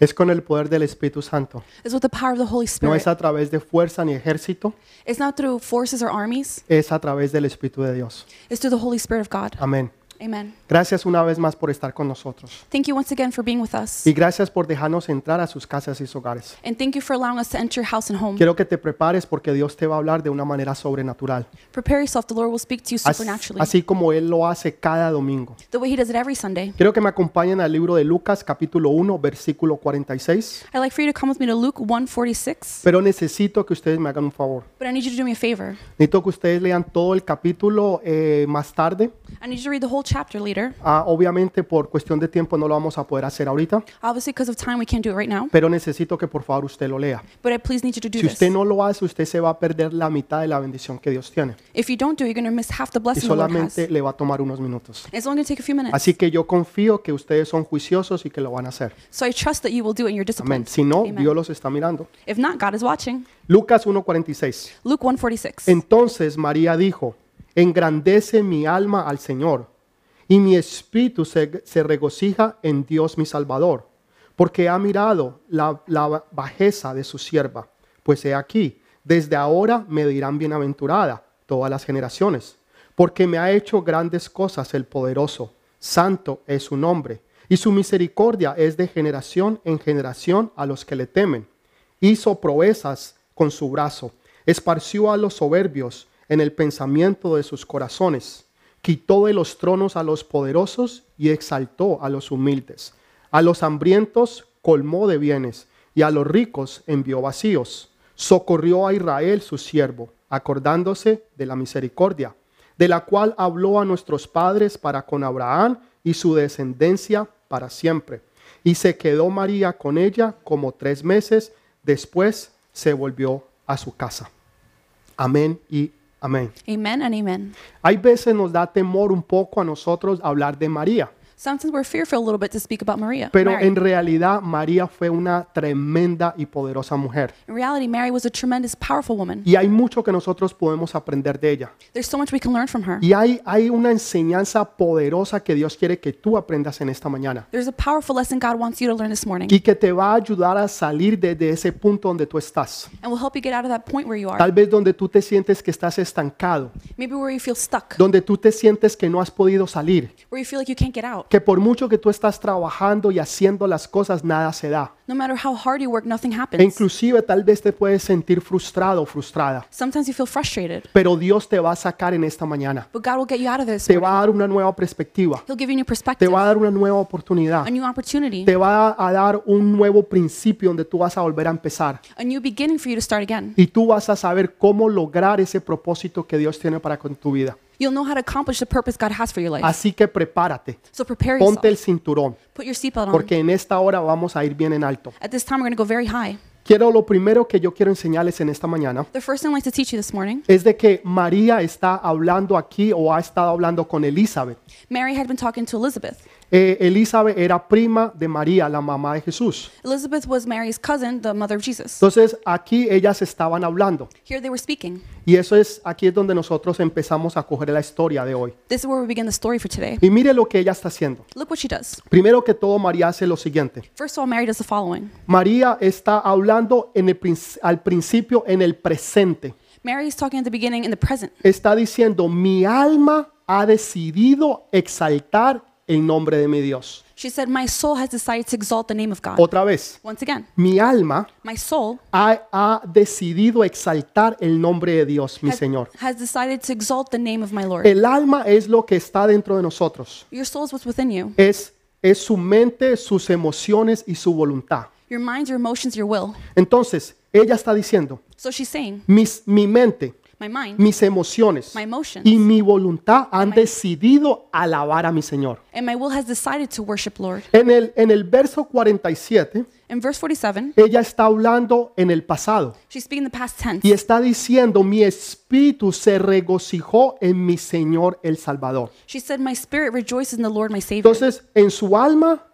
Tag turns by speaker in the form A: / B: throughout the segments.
A: Es con el poder del Espíritu Santo.
B: It's with the power of the Holy
A: No
B: Spirit.
A: es a través de fuerza ni ejército,
B: It's not through forces or armies.
A: es a través del Espíritu de Dios.
B: It's through the Holy Spirit of God.
A: Amén.
B: Amen.
A: Gracias una vez más por estar con nosotros.
B: Thank you once again for being with us.
A: Y gracias por dejarnos entrar a sus casas y sus hogares.
B: And thank you for allowing us to enter your house and home.
A: Quiero que te prepares porque Dios te va a hablar de una manera sobrenatural.
B: Prepare yourself. The Lord will speak to you
A: As-
B: supernaturally.
A: Así como Él lo hace cada domingo.
B: The way He does it every Sunday.
A: Quiero que me acompañen al libro de Lucas capítulo 1 versículo 46.
B: I'd like for you to come with me to Luke 146.
A: Pero necesito que ustedes me hagan un favor.
B: But I need you to do me a favor.
A: Necesito que ustedes lean todo el capítulo eh, más tarde.
B: I need you to read the whole chapter later.
A: Ah, obviamente por cuestión de tiempo no lo vamos a poder hacer ahorita,
B: Obviously, because of time, we can't do it right now.
A: pero necesito que por favor usted lo lea.
B: But I please need you to do
A: Si
B: this.
A: usted no lo hace, usted se va a perder la mitad de la bendición que Dios tiene
B: If you don't do it, you're going to miss half the
A: y
B: blessing the Lord has.
A: solamente le va a tomar unos minutos.
B: It's only going to take a few minutes.
A: Así que yo confío que ustedes son juiciosos y que lo van a hacer.
B: So I trust that you will do it and you're
A: Amén.
B: disciplined.
A: Si no,
B: Amen.
A: Dios los está mirando.
B: If not, God is watching.
A: Lucas 1:46.
B: Luke 146.
A: Entonces María dijo, engrandece mi alma al Señor, y mi espíritu se, se regocija en Dios mi Salvador, porque ha mirado la, la bajeza de su sierva. Pues he aquí, desde ahora me dirán bienaventurada todas las generaciones, porque me ha hecho grandes cosas el poderoso, santo es su nombre, y su misericordia es de generación en generación a los que le temen hizo proezas con su brazo, esparció a los soberbios en el pensamiento de sus corazones, quitó de los tronos a los poderosos y exaltó a los humildes, a los hambrientos colmó de bienes y a los ricos envió vacíos, socorrió a Israel su siervo, acordándose de la misericordia, de la cual habló a nuestros padres para con Abraham y su descendencia para siempre. Y se quedó María con ella como tres meses, después se volvió a su casa. Amén y amén.
B: Amen and amen.
A: Hay veces nos da temor un poco a nosotros hablar de María,
B: Sometimes we're fearful a little bit to speak about Maria.
A: pero
B: Mary.
A: en realidad María fue una tremenda y poderosa mujer.
B: in reality, Mary was a tremendous, powerful woman.
A: Y hay mucho que nosotros podemos aprender de ella.
B: There's so much we can learn from her.
A: Y hay, hay una enseñanza poderosa que Dios quiere que tú aprendas en esta mañana
B: There's a powerful lesson God wants you to learn this morning
A: y que te va a ayudar a salir desde ese punto donde tú estás.
B: and will help you get out of that point where you are.
A: Tal vez donde tú te sientes que estás estancado,
B: Maybe where you feel stuck,
A: donde tú te sientes que no has podido salir,
B: where you feel like you can't get out.
A: que por mucho que tú estás trabajando y haciendo las cosas, nada se da.
B: No matter how hard you work, nothing happens.
A: E inclusive tal vez te puedes sentir frustrado o frustrada,
B: Sometimes you feel frustrated,
A: pero Dios te va a sacar en esta mañana.
B: but God will get you out of this.
A: Te va a dar una nueva perspectiva,
B: He'll give you a new
A: te
B: perspective,
A: va a dar una nueva oportunidad,
B: a new opportunity,
A: te va a dar un nuevo principio donde tú vas a volver a empezar
B: a new beginning for you to start again.
A: y tú vas a saber cómo lograr ese propósito que Dios tiene para con tu vida.
B: You'll know how to accomplish the purpose God has for your life.
A: Así que prepárate,
B: So prepare yourself.
A: ponte el cinturón,
B: Put your seatbelt on.
A: porque en esta hora vamos a ir bien en alto.
B: At this time, we're going to go very high.
A: Quiero lo primero que yo quiero enseñarles en esta mañana
B: The first thing I'd like to teach you this morning,
A: es de que María está hablando aquí o ha estado hablando con Elizabeth.
B: Mary had been talking to Elizabeth.
A: Eh, Elizabeth era prima de María, la mamá de Jesús.
B: Elizabeth was Mary's cousin, the mother of Jesus.
A: Entonces aquí ellas estaban hablando
B: Here they were speaking.
A: y eso es aquí es donde nosotros empezamos a coger la historia de hoy.
B: This is where we begin the story for today.
A: Y mire lo que ella está haciendo.
B: Look what she does.
A: Primero que todo María hace lo siguiente.
B: First of all, Mary does the following.
A: María está hablando en el princ- al principio en el presente.
B: Mary is talking at the beginning in the present.
A: Está diciendo, mi alma ha decidido exaltar el nombre de mi Dios.
B: She said, My soul has decided to exalt the name of God.
A: Otra vez,
B: Once again,
A: mi alma
B: my soul
A: ha, ha decidido exaltar el nombre de Dios, mi
B: has,
A: Señor.
B: has decided to exalt the name of my Lord.
A: El alma es lo que está dentro de nosotros.
B: Your soul is what's within you
A: Es, es su mente, sus emociones y su voluntad.
B: your mind, your emotions, your will.
A: Entonces, ella está diciendo,
B: So she's saying,
A: mis- mi mente,
B: My mind,
A: mis emociones
B: my emotions,
A: y mi voluntad han decidido alabar a mi Señor.
B: and my will has decided to worship Lord.
A: En el, en el verso 47,
B: In verse 47,
A: ella está hablando en el pasado
B: she's speaking the past tense.
A: y está diciendo, mi espíritu se regocijó en mi Señor el Salvador.
B: She said, My spirit rejoices in the Lord my Savior.
A: Entonces, en su alma,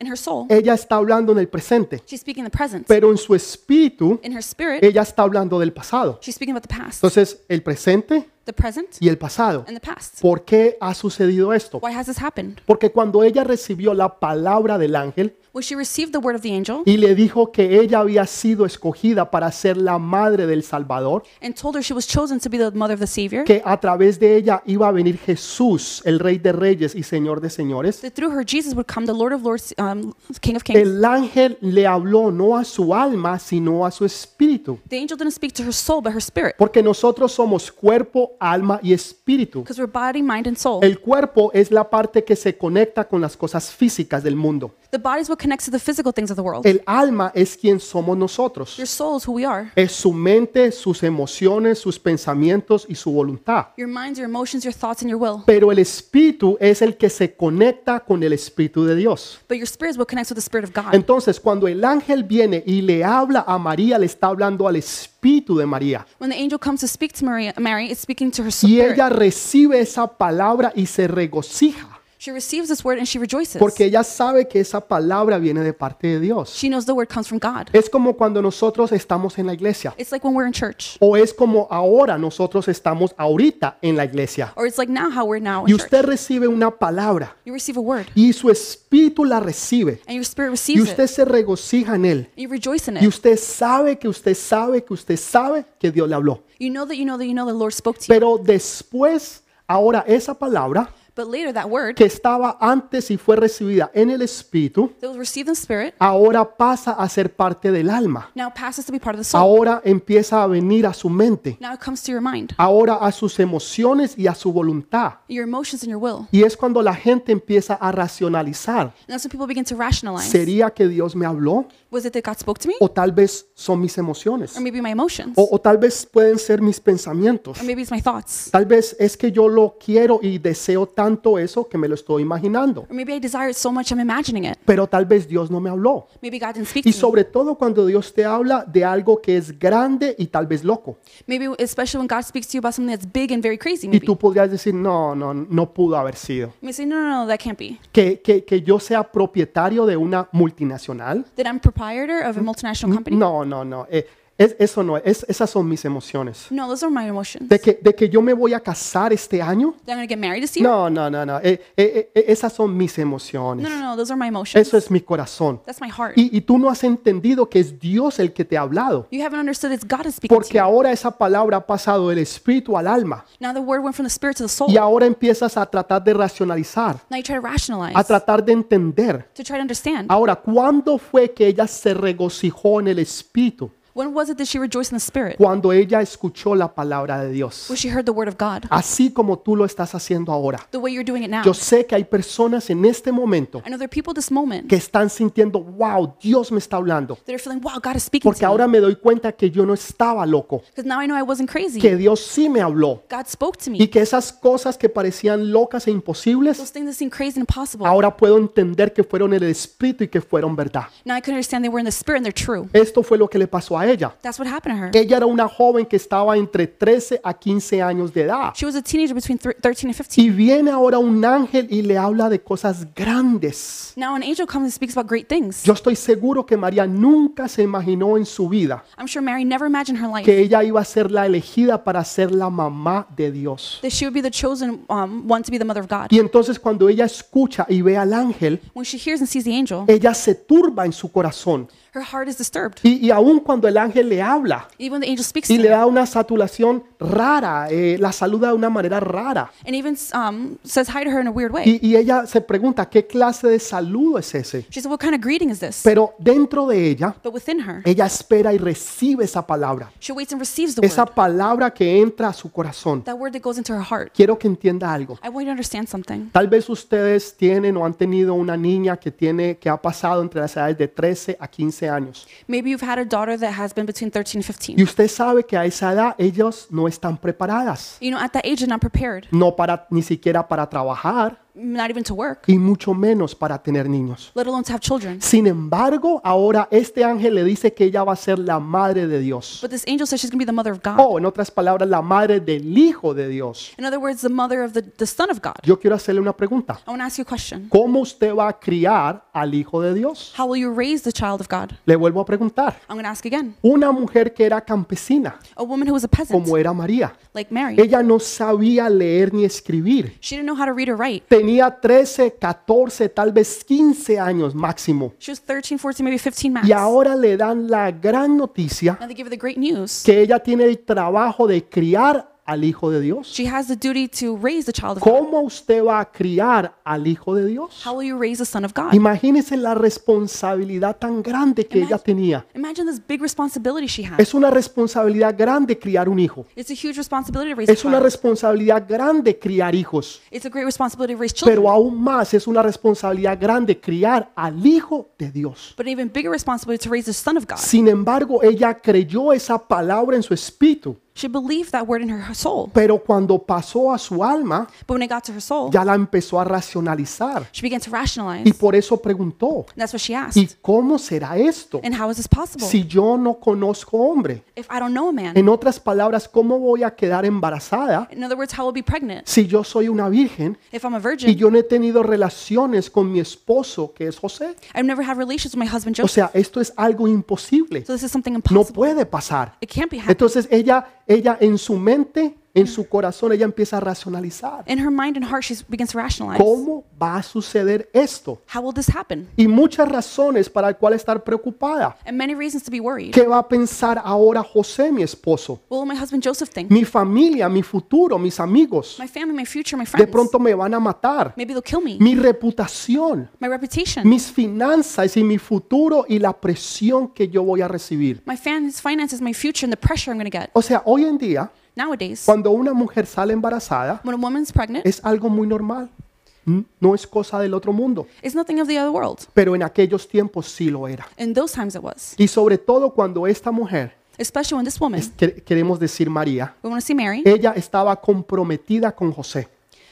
B: In her soul,
A: ella está hablando en el presente,
B: she's speaking the present.
A: pero en su espíritu,
B: In her spirit,
A: ella está hablando del pasado.
B: she's speaking about the past.
A: Entonces, el presente
B: The present
A: y el pasado.
B: and the past.
A: ¿Por qué ha sucedido esto?
B: Why has this happened?
A: Porque cuando ella recibió la palabra del ángel,
B: When she received the word of the angel
A: y le dijo que ella había sido escogida para ser la madre del Salvador,
B: and told her she was chosen to be the mother of the Savior,
A: que a través de ella iba a venir Jesús, el Rey de Reyes y Señor de Señores,
B: that through her Jesus would come the Lord of Lords, um, King of Kings.
A: el ángel le habló no a su alma, sino a su espíritu.
B: The angel didn't speak to her soul, but her spirit,
A: Porque nosotros somos cuerpo, alma y espíritu.
B: because we're body, mind, and soul.
A: El cuerpo es la parte que se conecta con las cosas físicas del mundo.
B: The body is what connects to the physical things of the world.
A: El alma es quien somos nosotros.
B: Your soul is who we are.
A: Es su mente, sus emociones, sus pensamientos y su voluntad.
B: Your minds, your emotions, your thoughts, and your will.
A: Pero el espíritu es el que se conecta con el espíritu de Dios.
B: But your spirit is what connects with the spirit of God.
A: Entonces, cuando el ángel viene y le habla a María, le está hablando al espíritu de María.
B: When the angel comes to speak to Maria, Mary, it's speaking to her
A: Y
B: spirit.
A: ella recibe esa palabra y se regocija,
B: She receives this word and she rejoices.
A: porque ella sabe que esa palabra viene de parte de Dios.
B: She knows the word comes from God.
A: Es como cuando nosotros estamos en la iglesia,
B: It's like when we're in church,
A: o es como ahora nosotros estamos ahorita en la iglesia.
B: or it's like now how we're now
A: Y
B: in Oh, church.
A: usted recibe una palabra
B: You receive a word,
A: y su espíritu la recibe
B: and your spirit
A: y
B: receives it,
A: usted
B: and
A: se regocija en él.
B: you rejoice in
A: Y
B: it.
A: usted sabe que usted sabe que usted sabe que Dios le habló.
B: You know that you know that you know the Lord spoke to you.
A: Pero después, ahora esa palabra
B: But later, that word
A: que estaba antes y fue recibida en el espíritu,
B: that was received in spirit
A: ahora pasa a ser parte del alma.
B: now passes to be part of the soul.
A: Ahora empieza a venir a su mente,
B: Now it comes to your mind,
A: ahora a sus emociones y a su voluntad.
B: your emotions, and your will.
A: Y es cuando la gente empieza a racionalizar.
B: And that's when people begin to rationalize.
A: ¿Sería que Dios me habló?
B: Was it that God spoke to me?
A: ¿O tal vez son mis emociones?
B: Or maybe my emotions?
A: ¿O,
B: Or
A: o tal vez pueden ser mis pensamientos?
B: maybe it's my thoughts?
A: Tal vez es que yo lo quiero y deseo tanto eso que me lo estoy imaginando.
B: Or maybe I desire it so much I'm imagining it.
A: Pero tal vez Dios no me habló.
B: Maybe God didn't speak
A: Y
B: to me.
A: sobre todo cuando Dios te habla de algo que es grande y tal vez loco.
B: Maybe especially when God speaks to you about something that's big and very crazy.
A: Y
B: Maybe
A: tú podrías decir, no, no, no pudo haber sido.
B: you may say, no, no, no, that can't be.
A: Que, que, que yo sea propietario de una multinacional.
B: That I'm proprietor of a multinational company.
A: Hmm? No, no, no. eh, es- eso no, es- esas son mis emociones.
B: No, those are my emotions.
A: De que, de que yo me voy a casar este año.
B: That I'm gonna get married this year.
A: No, no, no, no. eh, eh, eh, esas son mis
B: No,
A: emociones.
B: no, no, those are my emotions.
A: Eso es mi corazón.
B: That's my heart.
A: Y, y tú no has entendido que es Dios el que te ha hablado.
B: You haven't understood it's God is speaking to
A: Porque
B: you.
A: ahora esa palabra ha pasado del espíritu al alma.
B: Now the word went from the spirit to the soul.
A: Y ahora empiezas a tratar de racionalizar,
B: Now you try to rationalize.
A: a tratar de entender.
B: To try to understand.
A: Ahora, ¿cuándo fue que ella se regocijó en el espíritu?
B: When was it that she rejoiced in the spirit?
A: Cuando ella escuchó la palabra de
B: When
A: Dios.
B: she heard the word of God.
A: Así como tú lo estás haciendo ahora.
B: The way you're doing it now.
A: Yo sé que hay personas en este momento
B: I know there are people this moment
A: que están sintiendo, wow, Dios me está hablando.
B: that are feeling, wow, God is speaking
A: Porque
B: to me.
A: ahora me doy cuenta que yo no estaba loco,
B: Because now I know I wasn't crazy.
A: que Dios sí me habló.
B: God spoke to
A: y
B: me.
A: que esas cosas que parecían locas e
B: Those
A: imposibles,
B: things that seem crazy and impossible.
A: ahora puedo entender que fueron el espíritu y que fueron verdad.
B: Now I can understand they were in the spirit and they're true.
A: Esto fue lo que le pasó a ella.
B: That's what happened to her.
A: Ella era una joven que estaba entre 13 a 15 años de edad.
B: She was a teenager between thir- 13 and 15.
A: Y viene ahora un ángel y le habla de cosas grandes.
B: Now an angel comes and speaks about great things.
A: Yo estoy seguro que María nunca se imaginó en su vida
B: I'm sure Mary never imagined her life
A: que ella iba a ser la elegida para ser la mamá de Dios.
B: that she would be the chosen um, one to be the mother of God.
A: Y entonces cuando ella escucha y ve al ángel,
B: When she hears and sees the angel,
A: ella se turba en su corazón.
B: her heart is disturbed.
A: Y, y aun cuando el ángel le habla
B: Even when the angel speaks
A: y
B: to
A: le
B: her
A: da una saturación rara, eh, la saluda de una manera rara.
B: and even um, says hi to her in a weird way.
A: Y, y ella se pregunta, ¿qué clase de saludo es ese?
B: She said, What kind of greeting is this?
A: Pero dentro de ella,
B: But within her,
A: ella espera y recibe esa palabra.
B: she waits and receives the
A: Esa
B: word,
A: palabra que entra a su corazón.
B: that word that goes into her heart.
A: Quiero que entienda algo.
B: I want you to understand something.
A: Tal vez ustedes tienen o han tenido una niña que tiene que ha pasado entre las edades de 13 a 15 años.
B: Maybe you've had a daughter that has been between 13 and 15.
A: Y usted sabe que a esa edad ellos no están preparadas,
B: You know, at that age, they're not prepared,
A: no para ni siquiera para trabajar,
B: not even to work,
A: y mucho menos para tener niños.
B: let alone to have children.
A: Sin embargo, ahora este ángel le dice que ella va a ser la madre de Dios.
B: But this angel says she's going to be the mother of God.
A: O Oh, en otras palabras, la madre del Hijo de Dios.
B: In other words, the mother of the, the Son of God.
A: Yo quiero hacerle una pregunta.
B: I want to ask you a question.
A: ¿Cómo usted va a criar al Hijo de Dios?
B: How will you raise the child of God?
A: Le vuelvo a preguntar.
B: I'm going to ask again.
A: Una mujer que era campesina,
B: A woman who was a peasant,
A: como era María,
B: like Mary,
A: ella no sabía leer ni escribir.
B: she didn't know how to read or write.
A: tenía 13, 14, tal vez 15 años máximo.
B: She was 13, 14, maybe 15 max.
A: Y ahora le dan la gran noticia
B: Now they give her the great news.
A: que ella tiene el trabajo de criar al Hijo de Dios.
B: She has the duty to raise the child of God.
A: ¿Cómo usted va a criar al Hijo de Dios?
B: How will you raise the son of God?
A: Imagínese la responsabilidad tan grande que ella tenía.
B: Imagine this big responsibility she has.
A: Es una responsabilidad grande criar un hijo.
B: It's a huge responsibility to raise a
A: Es una
B: child.
A: responsabilidad grande criar hijos.
B: It's a great responsibility to raise children.
A: Pero aún más es una responsabilidad grande criar al Hijo de Dios.
B: But an even bigger responsibility to raise the son of God.
A: Sin embargo, ella creyó esa palabra en su espíritu.
B: She believed that word in her soul.
A: Pero cuando pasó a su alma,
B: But when it got to her soul,
A: ya la empezó a racionalizar.
B: she began to rationalize.
A: Y por eso preguntó,
B: And that's what she
A: ¿y
B: asked.
A: cómo será esto
B: And how is this possible?
A: si yo no conozco hombre?
B: If I don't know a man,
A: En otras palabras, ¿cómo voy a quedar embarazada
B: in other words, how will I be pregnant?
A: si yo soy una virgen
B: If I'm a
A: y
B: virgin,
A: yo no he tenido relaciones con mi esposo, que es José?
B: I've never had relations with my husband
A: O
B: Joseph.
A: sea, esto es algo imposible.
B: So this is something
A: No
B: impossible.
A: puede pasar.
B: It can't be happening.
A: Entonces ella, ella en su mente, en su corazón, ella empieza a racionalizar.
B: In her mind and heart, she begins to rationalize.
A: ¿Cómo va a suceder esto?
B: How will this happen?
A: Y muchas razones para el cual estar preocupada.
B: And many reasons to be worried.
A: ¿Qué va a pensar ahora José, mi esposo?
B: What will my husband Joseph think?
A: Mi familia, mi futuro, mis amigos.
B: My family, my future, my
A: De
B: friends.
A: pronto me van a matar.
B: Maybe they'll kill me.
A: Mi reputación,
B: My reputation.
A: mis finanzas y mi futuro y la presión que yo voy a recibir.
B: My fans, finances, my future, and the pressure I'm going to get.
A: O sea, hoy en día,
B: Nowadays,
A: cuando una mujer sale embarazada,
B: when a woman's pregnant,
A: es algo muy normal. N- No es cosa del otro mundo.
B: it's nothing of the other world.
A: Pero en aquellos tiempos sí lo era.
B: In those times, it was.
A: Y sobre todo cuando esta mujer,
B: Especially when this woman,
A: que- queremos decir María,
B: we want to see Mary,
A: ella estaba comprometida con José.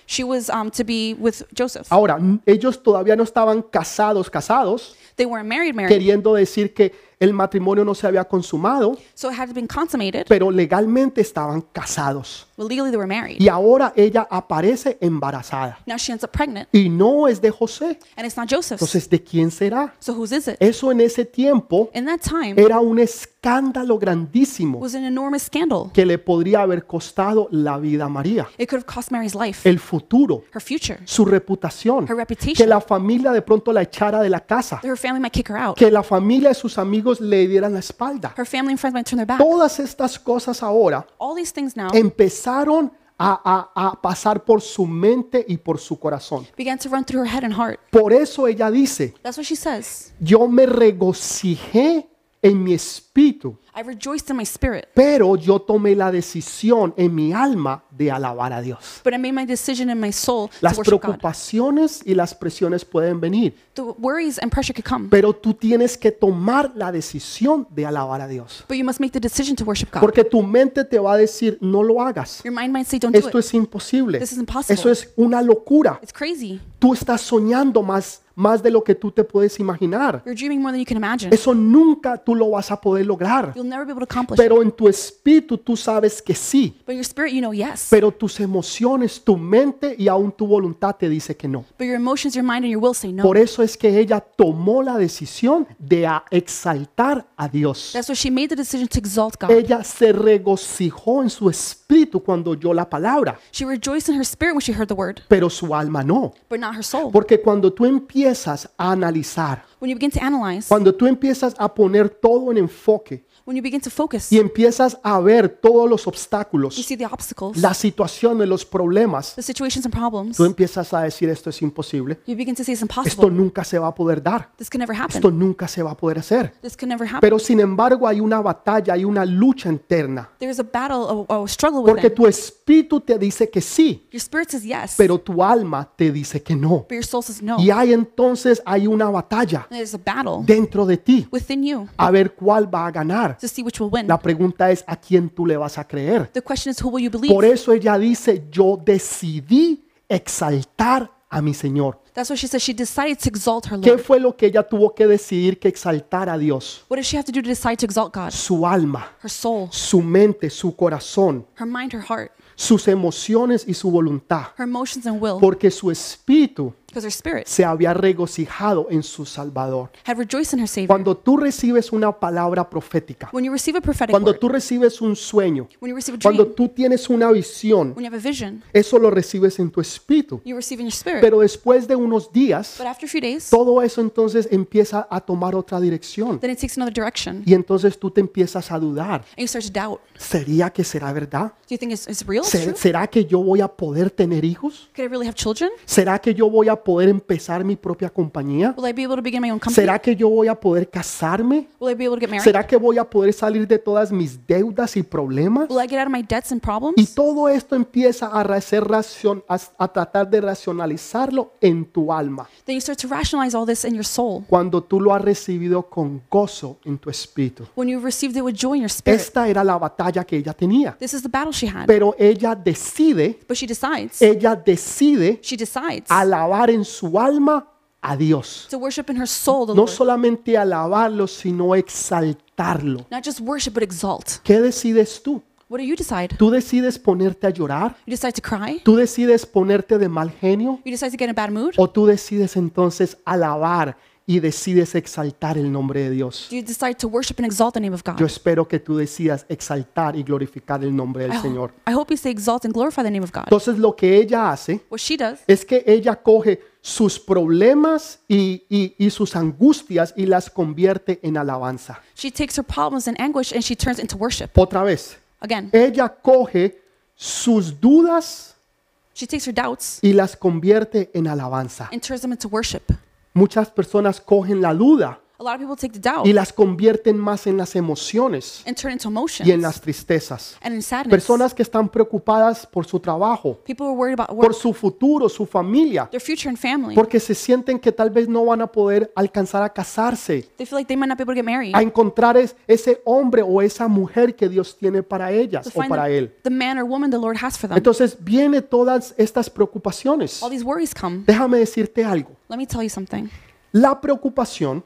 B: she was um, to be with Joseph.
A: Ahora, n- ellos todavía no estaban casados, casados,
B: They weren't married, married,
A: queriendo decir que el matrimonio no se había consumado,
B: so it had been consummated,
A: pero legalmente estaban casados.
B: but legally they were married.
A: Y ahora ella aparece embarazada.
B: Now she ends up pregnant,
A: Y no es de José.
B: and it's not Joseph's.
A: Entonces, ¿de quién será?
B: So whose is it?
A: Eso en ese tiempo
B: In that time,
A: era un escándalo grandísimo
B: was an enormous scandal.
A: que le podría haber costado la vida a María,
B: It could have cost Mary's life,
A: el futuro,
B: her future,
A: su reputación,
B: her
A: que
B: reputation.
A: la familia de pronto la echara de la casa,
B: Her family might kick her out.
A: que la familia y sus amigos le dieran la espalda.
B: Her family and friends might turn their back.
A: Todas estas cosas ahora
B: All these things now
A: empezaron a, a- a pasar por su mente y por su corazón.
B: began to run through her head and heart.
A: Por eso ella dice,
B: That's what she says.
A: yo me regocijé en mi espíritu,
B: I rejoiced in my spirit,
A: pero yo tomé la decisión en mi alma de alabar a Dios.
B: but I made my decision in my soul to
A: Las
B: worship God.
A: preocupaciones y las presiones pueden venir,
B: The worries and pressure could come,
A: pero tú tienes que tomar la decisión de alabar a Dios.
B: but you must make the decision to worship God.
A: Porque tu mente te va a decir, no lo hagas.
B: Your mind might say, don't do
A: Esto
B: it.
A: es imposible.
B: This is impossible.
A: Eso es una locura.
B: It's crazy.
A: Tú estás soñando más, más de lo que tú te puedes imaginar.
B: You're dreaming more than you can imagine.
A: Eso nunca tú lo vas a poder lograr.
B: You'll never be able to accomplish it.
A: Pero en tu espíritu tú sabes que sí.
B: But your spirit, you know, yes.
A: Pero tus emociones, tu mente y aún tu voluntad te dice que no.
B: But your emotions, your mind, and your will say no.
A: Por eso es que ella tomó la decisión de a- exaltar a Dios.
B: That's why she made the decision to exalt God.
A: Ella se regocijó en su espíritu cuando oyó la palabra,
B: She rejoiced in her spirit when she heard the word,
A: pero su alma no.
B: but not her soul.
A: Porque cuando tú empiezas a analizar,
B: When you begin to analyze,
A: cuando tú empiezas a poner todo en enfoque
B: when you begin to focus,
A: y empiezas a ver todos los
B: you
A: obstáculos,
B: see the obstacles,
A: las situaciones, los problemas,
B: the situations and problems.
A: tú empiezas a decir esto es imposible,
B: You begin to say it's
A: esto
B: impossible.
A: nunca se va a poder dar,
B: This can never
A: esto
B: happen.
A: nunca se va a poder hacer.
B: This can never happen.
A: Pero sin embargo hay una batalla, hay una lucha interna.
B: There's a battle, a, a struggle
A: Porque
B: within.
A: tu espíritu te dice que sí,
B: Your spirit says yes, but
A: pero tu alma te dice que no.
B: your soul says no.
A: Y hay entonces hay una batalla
B: There's a battle
A: dentro de ti
B: within you
A: a ver cuál va a ganar.
B: to see which will win.
A: La pregunta es a quién tú le vas a creer.
B: The question is, who will you
A: Por
B: believe?
A: eso ella dice, yo decidí exaltar a mi Señor.
B: That's why she says she decided to exalt her
A: ¿Qué
B: Lord.
A: fue lo que ella tuvo que decidir que exaltar a Dios?
B: What did she have to do to decide to exalt God?
A: Su alma,
B: Her soul,
A: su mente, su corazón,
B: her mind, her heart,
A: sus emociones y su voluntad.
B: her emotions and will.
A: Porque su espíritu
B: because her spirit
A: se había regocijado en su Salvador.
B: had rejoiced in her Savior.
A: Cuando tú recibes una palabra profética,
B: When you receive a prophetic
A: cuando
B: word,
A: tú recibes un sueño,
B: when you receive a dream,
A: cuando
B: when
A: tú tienes una visión,
B: you have a vision,
A: eso lo recibes en tu espíritu.
B: you receive in your spirit.
A: Pero después de unos días,
B: But after a few days,
A: todo eso entonces empieza a tomar otra dirección.
B: then it takes another direction.
A: Y entonces tú te empiezas a dudar.
B: And you start to doubt.
A: ¿Sería que será verdad?
B: Do you think it's, it's real? It's
A: ¿Se-
B: true?
A: ¿Será que yo voy a poder tener hijos?
B: Could I really have children?
A: ¿Será que yo voy a poder empezar mi propia compañía?
B: Will I be able to begin my own company?
A: ¿Será que yo voy a poder casarme?
B: Will I be able to get married?
A: ¿Será que voy a poder salir de todas mis deudas y problemas?
B: Will I get out of my debts and
A: Y
B: problems?
A: todo esto empieza a, ra- ser racion- a, a tratar de racionalizarlo en tu alma,
B: Then you start to rationalize all this in your soul.
A: cuando tú lo has recibido con gozo en tu espíritu.
B: When you received it with joy in your spirit.
A: Esta era la batalla que ella tenía,
B: This is the battle she had.
A: pero Eh, ella decide,
B: But she decides.
A: ella decide
B: She decides
A: alabar en su alma a Dios.
B: to worship in her soul the
A: No
B: Lord.
A: solamente alabarlo, sino exaltarlo.
B: Not just worship, but exalt.
A: ¿Qué decides tú?
B: What do you decide?
A: ¿Tú decides ponerte a llorar?
B: You decide to cry?
A: ¿Tú decides ponerte de mal genio?
B: You decide to get in a bad mood?
A: ¿O tú decides entonces alabar y decides exaltar el nombre de Dios?
B: Do you decide to worship and exalt the name of God?
A: Yo espero que tú decidas exaltar y glorificar el nombre
B: I,
A: del
B: ho-
A: Señor.
B: Oh, I hope you say exalt and glorify the name of God.
A: Entonces lo que ella hace
B: What she does
A: es que ella coge sus problemas y, y- y sus angustias y las convierte en alabanza.
B: She takes her problems and anguish and she turns into worship.
A: Otra vez,
B: Again,
A: ella coge sus dudas
B: she takes her doubts
A: y las convierte en alabanza.
B: and turns them into worship.
A: Muchas personas cogen la duda
B: A lot of people take the doubt
A: y las convierten más en las emociones
B: and turn into emotions
A: y en las tristezas.
B: and in sadness.
A: Personas que están preocupadas por su trabajo,
B: People are worried about
A: por
B: work,
A: su futuro, su familia,
B: their future and family.
A: porque se sienten que tal vez no van a poder alcanzar a casarse,
B: They feel like they might not be able to get married.
A: a encontrar es- ese hombre o esa mujer que Dios tiene para ellas
B: To
A: o
B: find
A: para
B: the,
A: él.
B: the man or woman the Lord has for them.
A: Entonces vienen todas estas preocupaciones.
B: All these worries come.
A: Déjame decirte algo.
B: Let me tell you something.
A: La preocupación,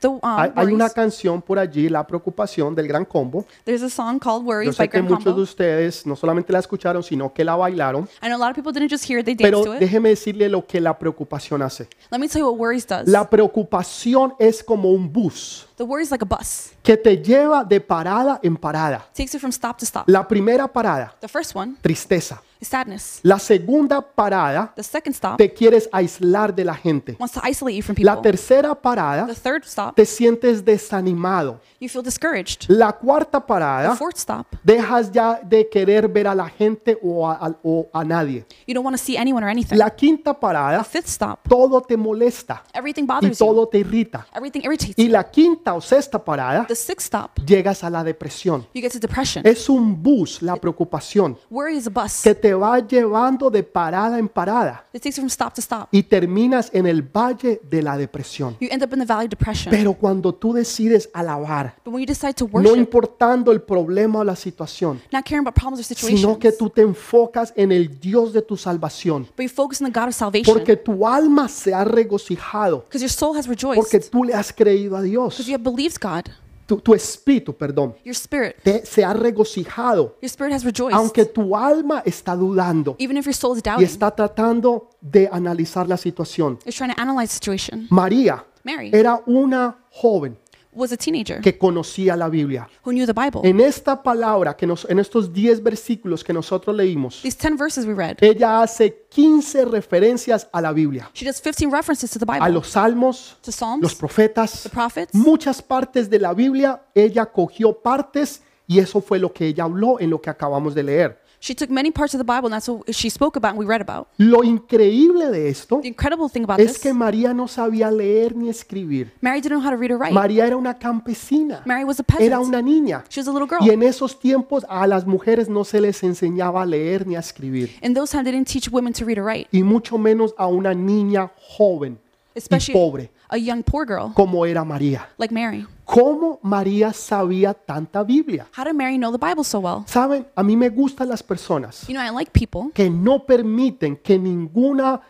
B: The, um,
A: hay, hay una
B: worries-
A: canción por allí, La preocupación del Gran Combo.
B: There's a song called
A: Yo
B: Worries by
A: sé que
B: Graham
A: muchos de
B: Combo.
A: ustedes no solamente la escucharon, sino que la bailaron.
B: I know a lot of people didn't just hear it, they danced
A: Pero
B: to it.
A: déjeme decirle lo que la preocupación hace.
B: Let me tell you what worries does.
A: La preocupación es como un bus
B: The worry is like a bus.
A: que te lleva de parada en parada.
B: takes you from stop to stop.
A: La primera parada,
B: The first one
A: tristeza.
B: is sadness.
A: La segunda parada,
B: The second stop
A: te quieres aislar de la gente.
B: wants to isolate you from
A: La
B: people.
A: tercera parada,
B: The third stop,
A: te sientes desanimado.
B: you feel discouraged.
A: La cuarta
B: The
A: parada,
B: fourth stop,
A: dejas ya de querer ver a la gente o a, al- o a nadie.
B: you don't want to see anyone or anything.
A: La quinta parada,
B: Fifth stop,
A: todo te molesta
B: everything
A: y
B: bothers you.
A: todo te irrita.
B: Everything irritates
A: Y
B: you.
A: la quinta o sexta parada,
B: The sixth stop,
A: llegas a la depresión.
B: you get to depression.
A: Es un bus, la preocupación,
B: Worry is a bus.
A: que te va llevando de parada en parada
B: It takes you from stop to stop.
A: y terminas en el valle de la depresión.
B: You end up in the valley of depression.
A: Pero cuando tú decides alabar,
B: But when you decide to
A: no
B: worship,
A: importando el problema o la situación,
B: not caring about problems or situations,
A: sino que tú te enfocas en el Dios de tu salvación,
B: but you focus on the God of salvation,
A: porque tu alma se ha regocijado,
B: because your soul has rejoiced,
A: porque tú le has creído a
B: because
A: Dios,
B: you have believed God,
A: tu, tu espíritu, perdón,
B: your spirit,
A: te- se ha regocijado,
B: your spirit has rejoiced,
A: aunque tu alma está dudando.
B: even if your soul
A: y
B: is doubting.
A: está tratando de analizar la situación.
B: is trying to analyze the situation.
A: María
B: Mary.
A: era una joven
B: Was a
A: eh,
B: teenager
A: que conocía la Biblia.
B: who knew the Bible.
A: En esta palabra que nos en estos 10 versículos que nosotros leímos,
B: These 10 verses we read,
A: ella hace 15 referencias a la Biblia,
B: she does 15 references to the
A: a
B: Bible,
A: los salmos,
B: to
A: los
B: Psalms,
A: profetas,
B: the prophets.
A: muchas partes de la Biblia, ella cogió partes y eso fue lo que ella habló en lo que acabamos de leer.
B: She took many parts of the Bible, and that's what she spoke about and we read about.
A: Lo increíble de esto
B: The incredible thing about
A: es
B: this,
A: que María no sabía leer ni escribir.
B: Mary didn't know how to read or write.
A: María era una campesina.
B: Mary was a
A: era
B: peasant.
A: una niña.
B: She was a little
A: Y
B: girl.
A: en esos tiempos a las mujeres no se les enseñaba a leer ni a escribir.
B: In those times, they didn't teach women to read or write,
A: Y mucho menos a una niña joven y
B: especially
A: pobre
B: a young poor girl
A: como era María.
B: like Mary.
A: ¿Cómo María sabía tanta Biblia?
B: How did Mary know the Bible so well?
A: Saben, a mí me gustan las personas
B: You know, I like people
A: que no permiten que ninguna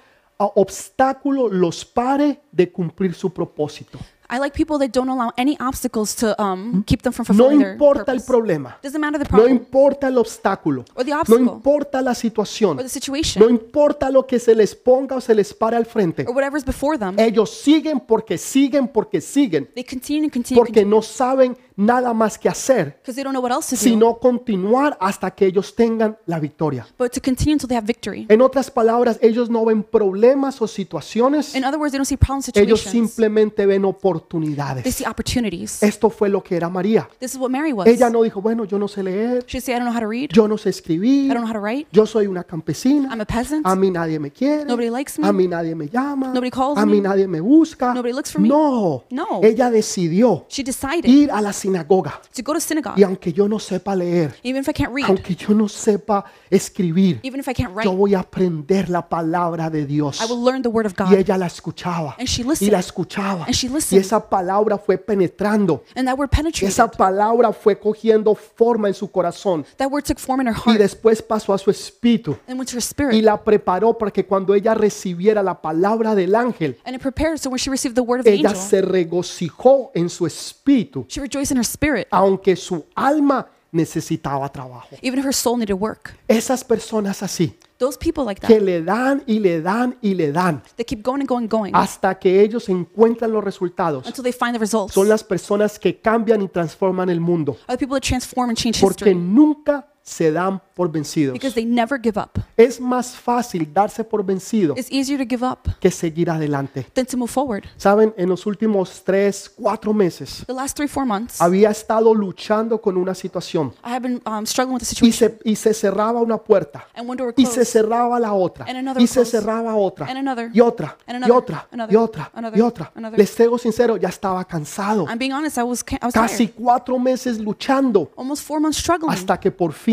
A: ah, obstáculo los pare de cumplir su propósito.
B: I like people that don't allow any obstacles to um, keep them from
A: Hmm? No
B: fulfilling their
A: importa el
B: purpose.
A: problema,
B: Doesn't matter the
A: no
B: problem
A: importa el obstáculo,
B: or the
A: no
B: obstacle
A: importa la situación,
B: or the situation
A: no importa lo que se les ponga o se les pare al frente.
B: or whatever's before them.
A: Ellos siguen porque siguen porque siguen,
B: They continue and continue
A: porque no saben nada más que hacer,
B: because they don't know what else to do
A: sino continuar hasta que ellos tengan la victoria.
B: but to continue until they have victory.
A: En otras palabras, ellos no ven problemas o situaciones,
B: In other words, they don't see problem
A: ellos
B: situations.
A: simplemente ven
B: They
A: oportunidades.
B: see opportunities.
A: Esto fue lo que era María.
B: This is what Mary was.
A: Eh, Ella no dijo, bueno, yo no sé leer,
B: She said, I don't know how to read.
A: yo no sé escribir,
B: I don't know how to write.
A: yo soy una campesina,
B: I'm a peasant.
A: a mí nadie me quiere,
B: Nobody likes me.
A: a mí nadie me llama,
B: Nobody calls
A: a mí
B: me.
A: nadie me busca.
B: Nobody looks for me.
A: No,
B: No.
A: ella decidió
B: She decided
A: ir a la sinagoga
B: to go to synagogue.
A: y aunque yo no sepa leer,
B: Even if I can't read,
A: aunque yo no sepa escribir,
B: even if I can't
A: yo
B: write,
A: voy a aprender la palabra de Dios.
B: I will learn the word of
A: Y
B: God.
A: ella la escuchaba.
B: And she
A: Y
B: listened.
A: la escuchaba.
B: And she
A: Y
B: listened.
A: esa palabra fue penetrando.
B: And that word penetrated.
A: Esa palabra fue cogiendo forma en su corazón.
B: That word took form in her
A: Y
B: heart
A: después pasó a su espíritu.
B: and went to her
A: Y
B: spirit.
A: la preparó para que cuando ella recibiera la palabra del ángel,
B: And it prepared. So when she received the word of the
A: ella
B: angel,
A: se regocijó en su espíritu,
B: she rejoiced in her spirit,
A: aunque su alma necesitaba trabajo.
B: even if her soul needed work.
A: Esas personas así,
B: Those people like
A: que
B: that,
A: le dan y le dan y le dan,
B: they keep going and going and going
A: hasta que ellos encuentran los resultados.
B: until they find the results.
A: son
B: Are
A: las personas que cambian y transforman el mundo
B: the people that transform and change
A: porque
B: history
A: nunca se dan por vencidos.
B: because they never give up.
A: Es más fácil darse por vencido
B: It's easier to give up
A: que seguir adelante.
B: than to move forward.
A: Saben, en los últimos tres, cuatro meses
B: The last three, four months,
A: había estado luchando con una situación
B: I have been um, struggling with the
A: y
B: situation.
A: se, y se cerraba una puerta
B: And one door would
A: y se
B: close.
A: cerraba la otra
B: And another
A: y se
B: closed.
A: cerraba otra
B: And another.
A: y otra
B: And
A: y
B: another.
A: otra y
B: Another.
A: otra y
B: Another.
A: otra.
B: Another.
A: Les digo sincero, ya estaba cansado.
B: I'm being honest, I was, ca- I was
A: Casi
B: tired. Mm.
A: cuatro meses luchando
B: Almost four months struggling
A: hasta que por fin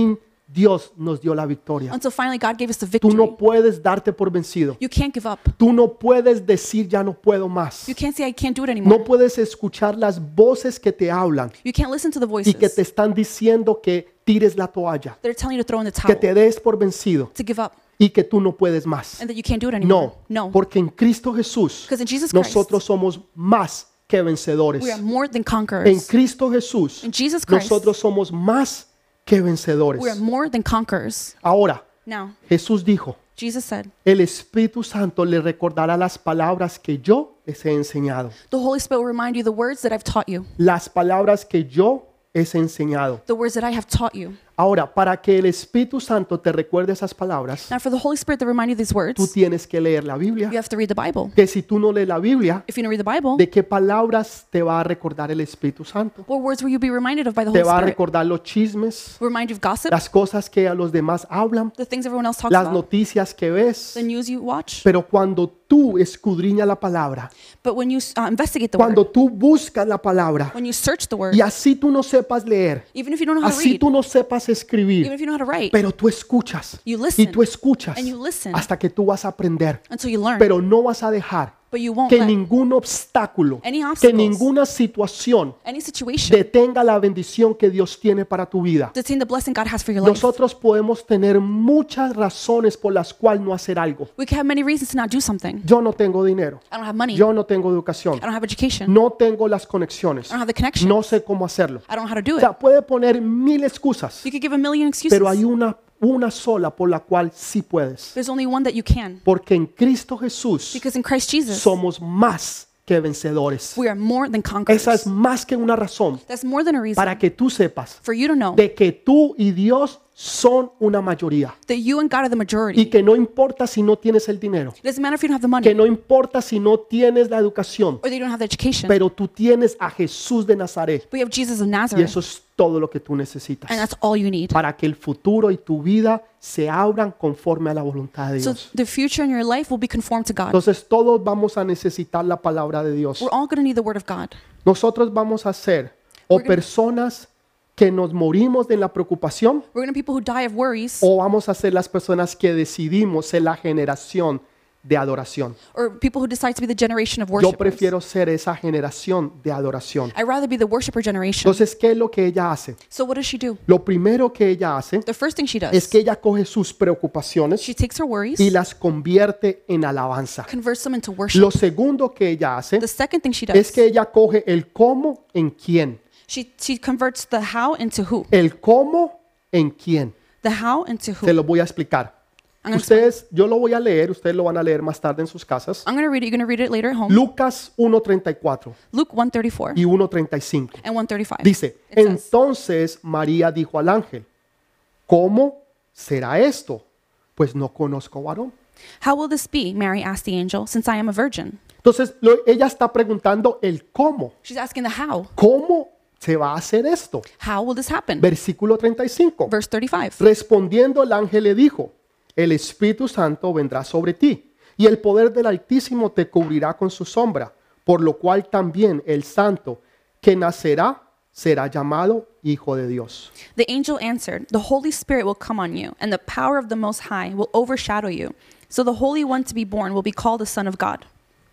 A: Dios nos dio la victoria.
B: until finally God gave us the
A: Tú
B: victory.
A: no puedes darte por vencido.
B: You can't give up.
A: Tú no puedes decir ya no puedo más.
B: You can't say, I can't do it anymore.
A: No puedes escuchar las voces que te hablan
B: You can't listen to the
A: y
B: voices
A: que te están diciendo que tires la toalla,
B: that are telling you to throw in the
A: que
B: towel,
A: te des por vencido
B: to give up,
A: y que tú no puedes más.
B: and that you can't do it anymore.
A: No,
B: No,
A: porque en Cristo Jesús
B: because in Jesus Christ,
A: nosotros somos más que
B: we are
A: vencedores.
B: more than
A: En
B: conquerors.
A: Cristo Jesús
B: In Jesus Christ,
A: nosotros somos más que vencedores.
B: we are more than conquerors.
A: Ahora,
B: Now,
A: Jesús dijo,
B: Jesus said,
A: El Espíritu Santo le recordará las palabras que yo les he enseñado.
B: The Holy Spirit will remind you the words that I've taught you,
A: Las palabras que yo les he enseñado.
B: the words that I have taught you.
A: Ahora, para que el Espíritu Santo te recuerde esas palabras,
B: Now, for the Holy Spirit to remind you these
A: tú
B: words,
A: tienes que leer la
B: you
A: Biblia.
B: have to read the Bible.
A: Que si tú no lees la Biblia,
B: If you don't read the Bible,
A: ¿de qué palabras te va a recordar el Espíritu Santo?
B: what words will you be reminded of by the
A: Te
B: Holy
A: va a
B: Spirit?
A: recordar los chismes,
B: Will remind you of gossip,
A: las cosas que a los demás hablan,
B: the things everyone else talks
A: las
B: about,
A: noticias que ves.
B: the news you watch.
A: Pero cuando tú escudriñas la palabra,
B: But when you uh, investigate the word,
A: cuando tú buscas la palabra,
B: when you search the word,
A: y así tú no sepas leer,
B: even if you don't know how to
A: Así
B: read,
A: tú no sepas
B: even
A: escribir,
B: if you know how to write,
A: pero tú escuchas
B: You
A: y
B: listen
A: tú escuchas
B: and you listen.
A: hasta que tú vas a aprender,
B: until you learn.
A: pero no vas a dejar
B: But you won't
A: que
B: let
A: ningún obstáculo,
B: Any
A: que
B: obstacles.
A: ninguna situación
B: any situation
A: detenga la bendición que Dios tiene para tu vida.
B: detain the blessing God has for your life.
A: Nosotros podemos tener muchas razones por las cuales no hacer algo.
B: We can have many reasons to not do something.
A: Yo no tengo dinero,
B: I don't have money.
A: yo no tengo educación,
B: I don't have education.
A: no tengo las conexiones,
B: I don't have the connection.
A: no sé cómo hacerlo.
B: I don't know how to do
A: O
B: it.
A: sea, puede poner mil excusas,
B: You could give a million excuses.
A: pero hay una, una sola por la cual sí puedes.
B: There's only one that you can.
A: Porque en Cristo Jesús
B: Because in Christ Jesus,
A: somos más que vencedores.
B: we are more than
A: Esa es
B: conquerors.
A: más que una razón
B: That's more than a reason
A: para que tú sepas
B: for you to know
A: de que tú y Dios son una mayoría
B: that you and God are the majority.
A: y que no importa si no tienes el dinero,
B: It doesn't matter if you don't have the
A: que
B: money
A: no importa si no tienes la educación,
B: or that you don't have the education. But
A: pero tú tienes a Jesús de Nazaret
B: you have Jesus of
A: y
B: Nazareth,
A: eso es todo lo que tú
B: and
A: necesitas
B: that's all you need.
A: para que el futuro y tu vida se abran conforme a la voluntad de
B: So
A: Dios.
B: the future in your life will be conformed to God.
A: Entonces todos vamos a necesitar la palabra de Dios.
B: We're all going to need the Word of God.
A: Nosotros vamos a ser o
B: We're gonna-
A: personas que nos morimos de la preocupación
B: We're going to be people who die of worries,
A: o vamos a ser las personas que decidimos ser la generación de adoración.
B: or people who decide to be the generation of
A: Yo
B: worshipers.
A: prefiero ser esa generación de adoración.
B: I'd rather be the worshiper generation.
A: Entonces, ¿qué es lo que ella hace?
B: So what does she do?
A: Lo primero que ella hace
B: The first thing she does,
A: es que ella coge sus preocupaciones
B: she takes her worries,
A: y las convierte en alabanza.
B: converts them into worship.
A: Lo segundo que ella hace
B: The second thing she does,
A: es que ella coge el cómo en quién.
B: she, she converts the how into who.
A: El cómo en quién.
B: The how into who.
A: Eh, Se lo voy a explicar.
B: I'm going to
A: Ustedes, yo lo voy a leer, ustedes lo van a leer más tarde en sus casas.
B: I'm gonna read it. You're going to read it later at home.
A: Lucas 1.34
B: Luke 134
A: y 1.35.
B: and 135.
A: Dice,
B: It says-
A: entonces María dijo al ángel, ¿cómo será esto? Pues no conozco varón.
B: How will this be? Mary asked the angel, since I am a virgin.
A: Entonces, lo- ella está preguntando el cómo.
B: She's asking the how.
A: ¿Cómo se va a hacer esto?
B: How will this happen?
A: Versículo 35.
B: Verse 35.
A: Respondiendo el ángel le dijo, el Espíritu Santo vendrá sobre ti y el poder del Altísimo te cubrirá con su sombra, por lo cual también el Santo que nacerá será llamado Hijo de Dios.
B: The angel answered, The Holy Spirit will come on you, and the power of the Most High will overshadow you. So the Holy One to be born will be called the Son of God.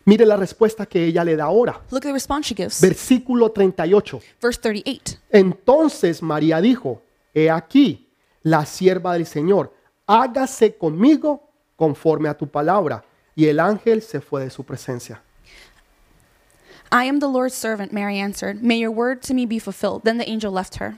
A: Mire la respuesta que ella le da ahora.
B: Look at the response she gives.
A: Versículo 38.
B: Verse 38.
A: Entonces María dijo, He aquí, la sierva del Señor, hágase conmigo conforme a tu palabra. Y el ángel se fue de su presencia.
B: I am the Lord's servant, Mary answered. May your word to me be fulfilled. Then the angel left her.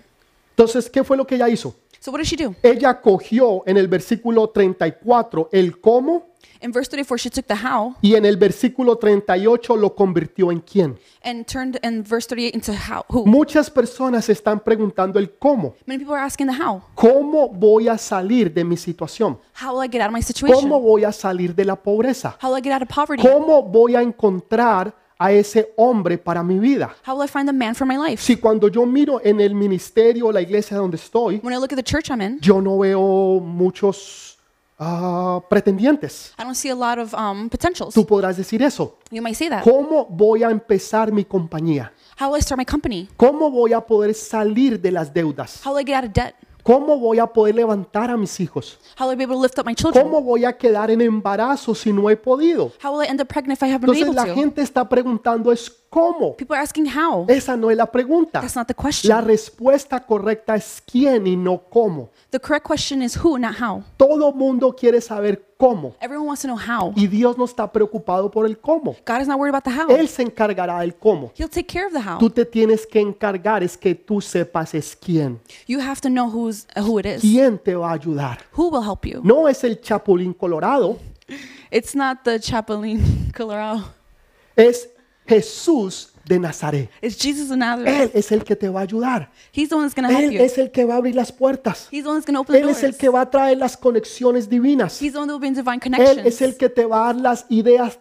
A: Entonces, ¿qué fue lo que ella hizo?
B: So what does she do?
A: Ella cogió en el versículo 34 el cómo
B: In verse 34, she took the how
A: y en el versículo 38 lo convirtió en quién.
B: and turned in verse 38 into how. Who?
A: Muchas personas están preguntando el cómo.
B: Many people are asking the how.
A: ¿Cómo voy a salir de mi situación?
B: How will I get out of my situation?
A: ¿Cómo voy a salir de la pobreza?
B: How will I get out of poverty?
A: ¿Cómo voy a encontrar a ese hombre para mi vida?
B: How will I find the man for my life?
A: Si cuando yo miro en el ministerio o la iglesia donde estoy,
B: When I look at the church I'm in,
A: yo no veo muchos ah, pretendientes.
B: I don't see a lot of um, potentials.
A: Tú podrás decir eso.
B: You might say that.
A: ¿Cómo voy a empezar mi compañía?
B: How will I start my company?
A: ¿Cómo voy a poder salir de las deudas?
B: How will I get out of debt?
A: ¿Cómo voy a poder levantar a mis hijos?
B: How will I be able to lift up my children?
A: ¿Cómo voy a quedar en embarazo si no he podido?
B: How will I end up pregnant if I haven't been
A: Entonces
B: able
A: la
B: to?
A: gente está preguntando es ¿cómo?
B: People are asking how.
A: Esa no es la pregunta.
B: That's not the
A: La
B: question.
A: respuesta correcta es quién y no cómo.
B: The correct question is who, not how.
A: Todo mundo quiere saber cómo
B: Everyone wants to know how.
A: y Dios no está preocupado por el cómo.
B: God is not worried about the how.
A: Él se encargará del cómo.
B: He'll take care of the how.
A: Tú te tienes que encargar es que tú sepas es quién.
B: You have to know who's uh, who it is.
A: ¿Quién te va a ayudar?
B: Who will help you?
A: No es el Chapulín Colorado,
B: It's not the Chapulín Colorado.
A: es Jesús de Nazaret.
B: It's Jesus of Nazareth.
A: Él es el que te va a ayudar.
B: He's the one that's going to help
A: Él
B: you.
A: es el que va a abrir las puertas.
B: He's the one that's going to open the
A: Él es el que
B: doors.
A: va a traer las conexiones divinas.
B: He's the one that will be in divine
A: Él es el
B: connections.
A: que te va a dar las ideas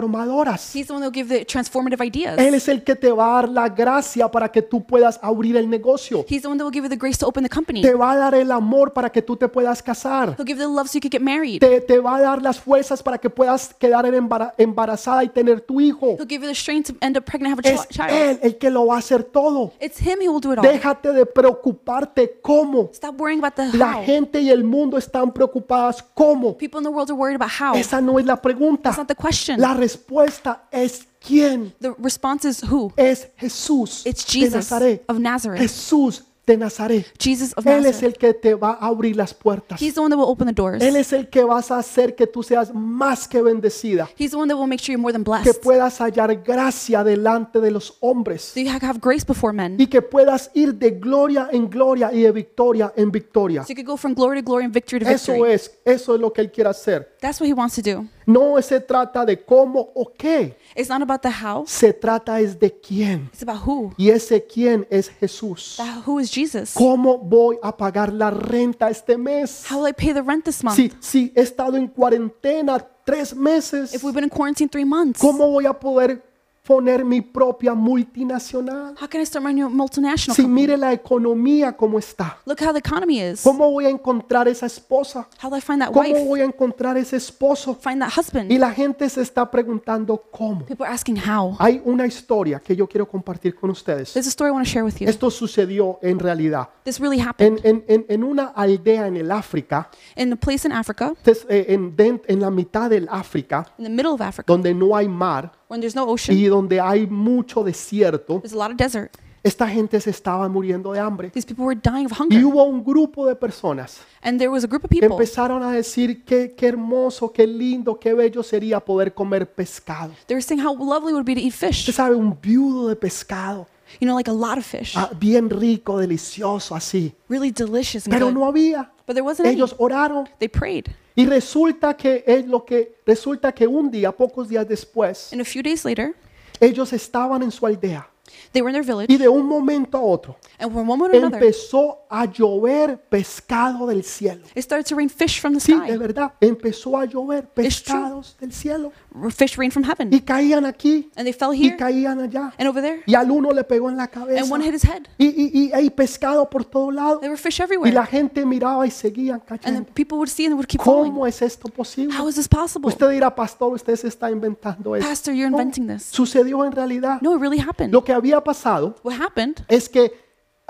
A: transformadoras.
B: He's the one that will give the transformative
A: Él
B: ideas.
A: es el que te va a dar la gracia para que tú puedas abrir el negocio.
B: He's the one that will give you the grace to open the company.
A: Te va a dar el amor para que tú te puedas casar.
B: He'll give you the love so you could get married.
A: Te, te va a dar las fuerzas para que puedas quedar en embara- embarazada y tener tu hijo.
B: He'll give you the strength to end up pregnant and have
A: Es
B: a chi- child.
A: Él el que lo va a hacer todo.
B: It's him who will do it all.
A: Déjate de preocuparte cómo.
B: Stop worrying about the
A: La
B: how.
A: gente y el mundo están preocupadas cómo.
B: People in the world are worried about how. That's
A: Esa no es la pregunta.
B: not the question.
A: La respuesta es quién.
B: The response is who?
A: Es Jesús
B: It's
A: Eh, de
B: Jesus
A: Nazaret.
B: of Nazareth.
A: Jesús de Nazaret.
B: Jesus of
A: Él es
B: Nazareth.
A: el que te va a abrir las puertas.
B: He's the one that will open the doors.
A: Él es el que vas a hacer que tú seas más que bendecida.
B: He's the one that will make sure you're more than
A: Que
B: blessed.
A: puedas hallar gracia delante de los hombres.
B: So you have, have grace before men.
A: Y que puedas ir de gloria en gloria y de victoria en victoria.
B: So you could go from glory to glory and victory to
A: Eso
B: victory.
A: es, eso es lo que Él quiere hacer.
B: That's what he wants to do.
A: No se trata de cómo o qué,
B: It's not about the how.
A: se trata es de quién.
B: It's about who.
A: Y ese quién es Jesús.
B: That who is Jesus?
A: ¿Cómo voy a pagar la renta este mes?
B: How will I pay the rent this month?
A: Si, si he estado en cuarentena tres meses,
B: If we've been in quarantine three months,
A: ¿cómo voy a poder poner mi propia multinacional?
B: How can I start my new multinational
A: Si
B: company?
A: mire la economía como está.
B: Look how the economy is.
A: ¿Cómo voy a encontrar esa esposa?
B: How do I find that
A: ¿Cómo
B: wife?
A: voy a encontrar ese esposo?
B: Find that
A: Y
B: husband?
A: la gente se está preguntando cómo.
B: People are asking how.
A: Hay una historia que yo quiero compartir con ustedes.
B: There's a story I want to share with you.
A: Esto sucedió en realidad.
B: This really happened
A: En, en- en- en una aldea en el África,
B: in a place in Africa,
A: des- eh, en, den- en la mitad del África,
B: in the middle of Africa,
A: donde no hay mar
B: when there's no ocean,
A: y donde hay mucho desierto,
B: there's a lot of desert.
A: esta gente se estaba muriendo de hambre.
B: These people were dying of
A: Y
B: hunger.
A: hubo un grupo de personas
B: And there was a group of
A: que
B: people
A: empezaron a decir que qué hermoso, qué lindo, qué bello sería poder comer pescado.
B: They were saying how lovely it would be to eat
A: Usted
B: fish.
A: sabe, un viudo de pescado,
B: You know, like a lot of fish.
A: ah, bien rico, delicioso, así.
B: Really delicious and
A: Pero
B: good.
A: no había.
B: But there wasn't any.
A: Ellos oraron
B: They prayed.
A: y resulta que es lo que resulta que un día, pocos días después,
B: And a few days later,
A: ellos estaban en su aldea
B: they were in their village.
A: y de un momento a otro
B: And from one moment to another,
A: empezó a llover pescado del cielo.
B: it started to rain fish from the
A: Sí, de
B: sky.
A: verdad, empezó a llover
B: It's true.
A: pescados del cielo
B: R- Fish rained from
A: y
B: heaven.
A: caían aquí
B: And they fell
A: y
B: here
A: caían allá
B: and over there.
A: y al uno le pegó en la cabeza
B: And one hit his head.
A: y, y, y hay pescado por todos lados.
B: There were fish
A: Y la
B: everywhere.
A: gente miraba y seguían
B: And then
A: cayendo.
B: people would see and they would keep falling.
A: ¿Cómo es esto posible?
B: How is this possible?
A: Usted dirá, pastor, usted se está inventando eso.
B: Pastor, you're
A: No,
B: inventing this.
A: Sucedió en realidad.
B: No, it really happened.
A: Lo que había pasado
B: What happened
A: es que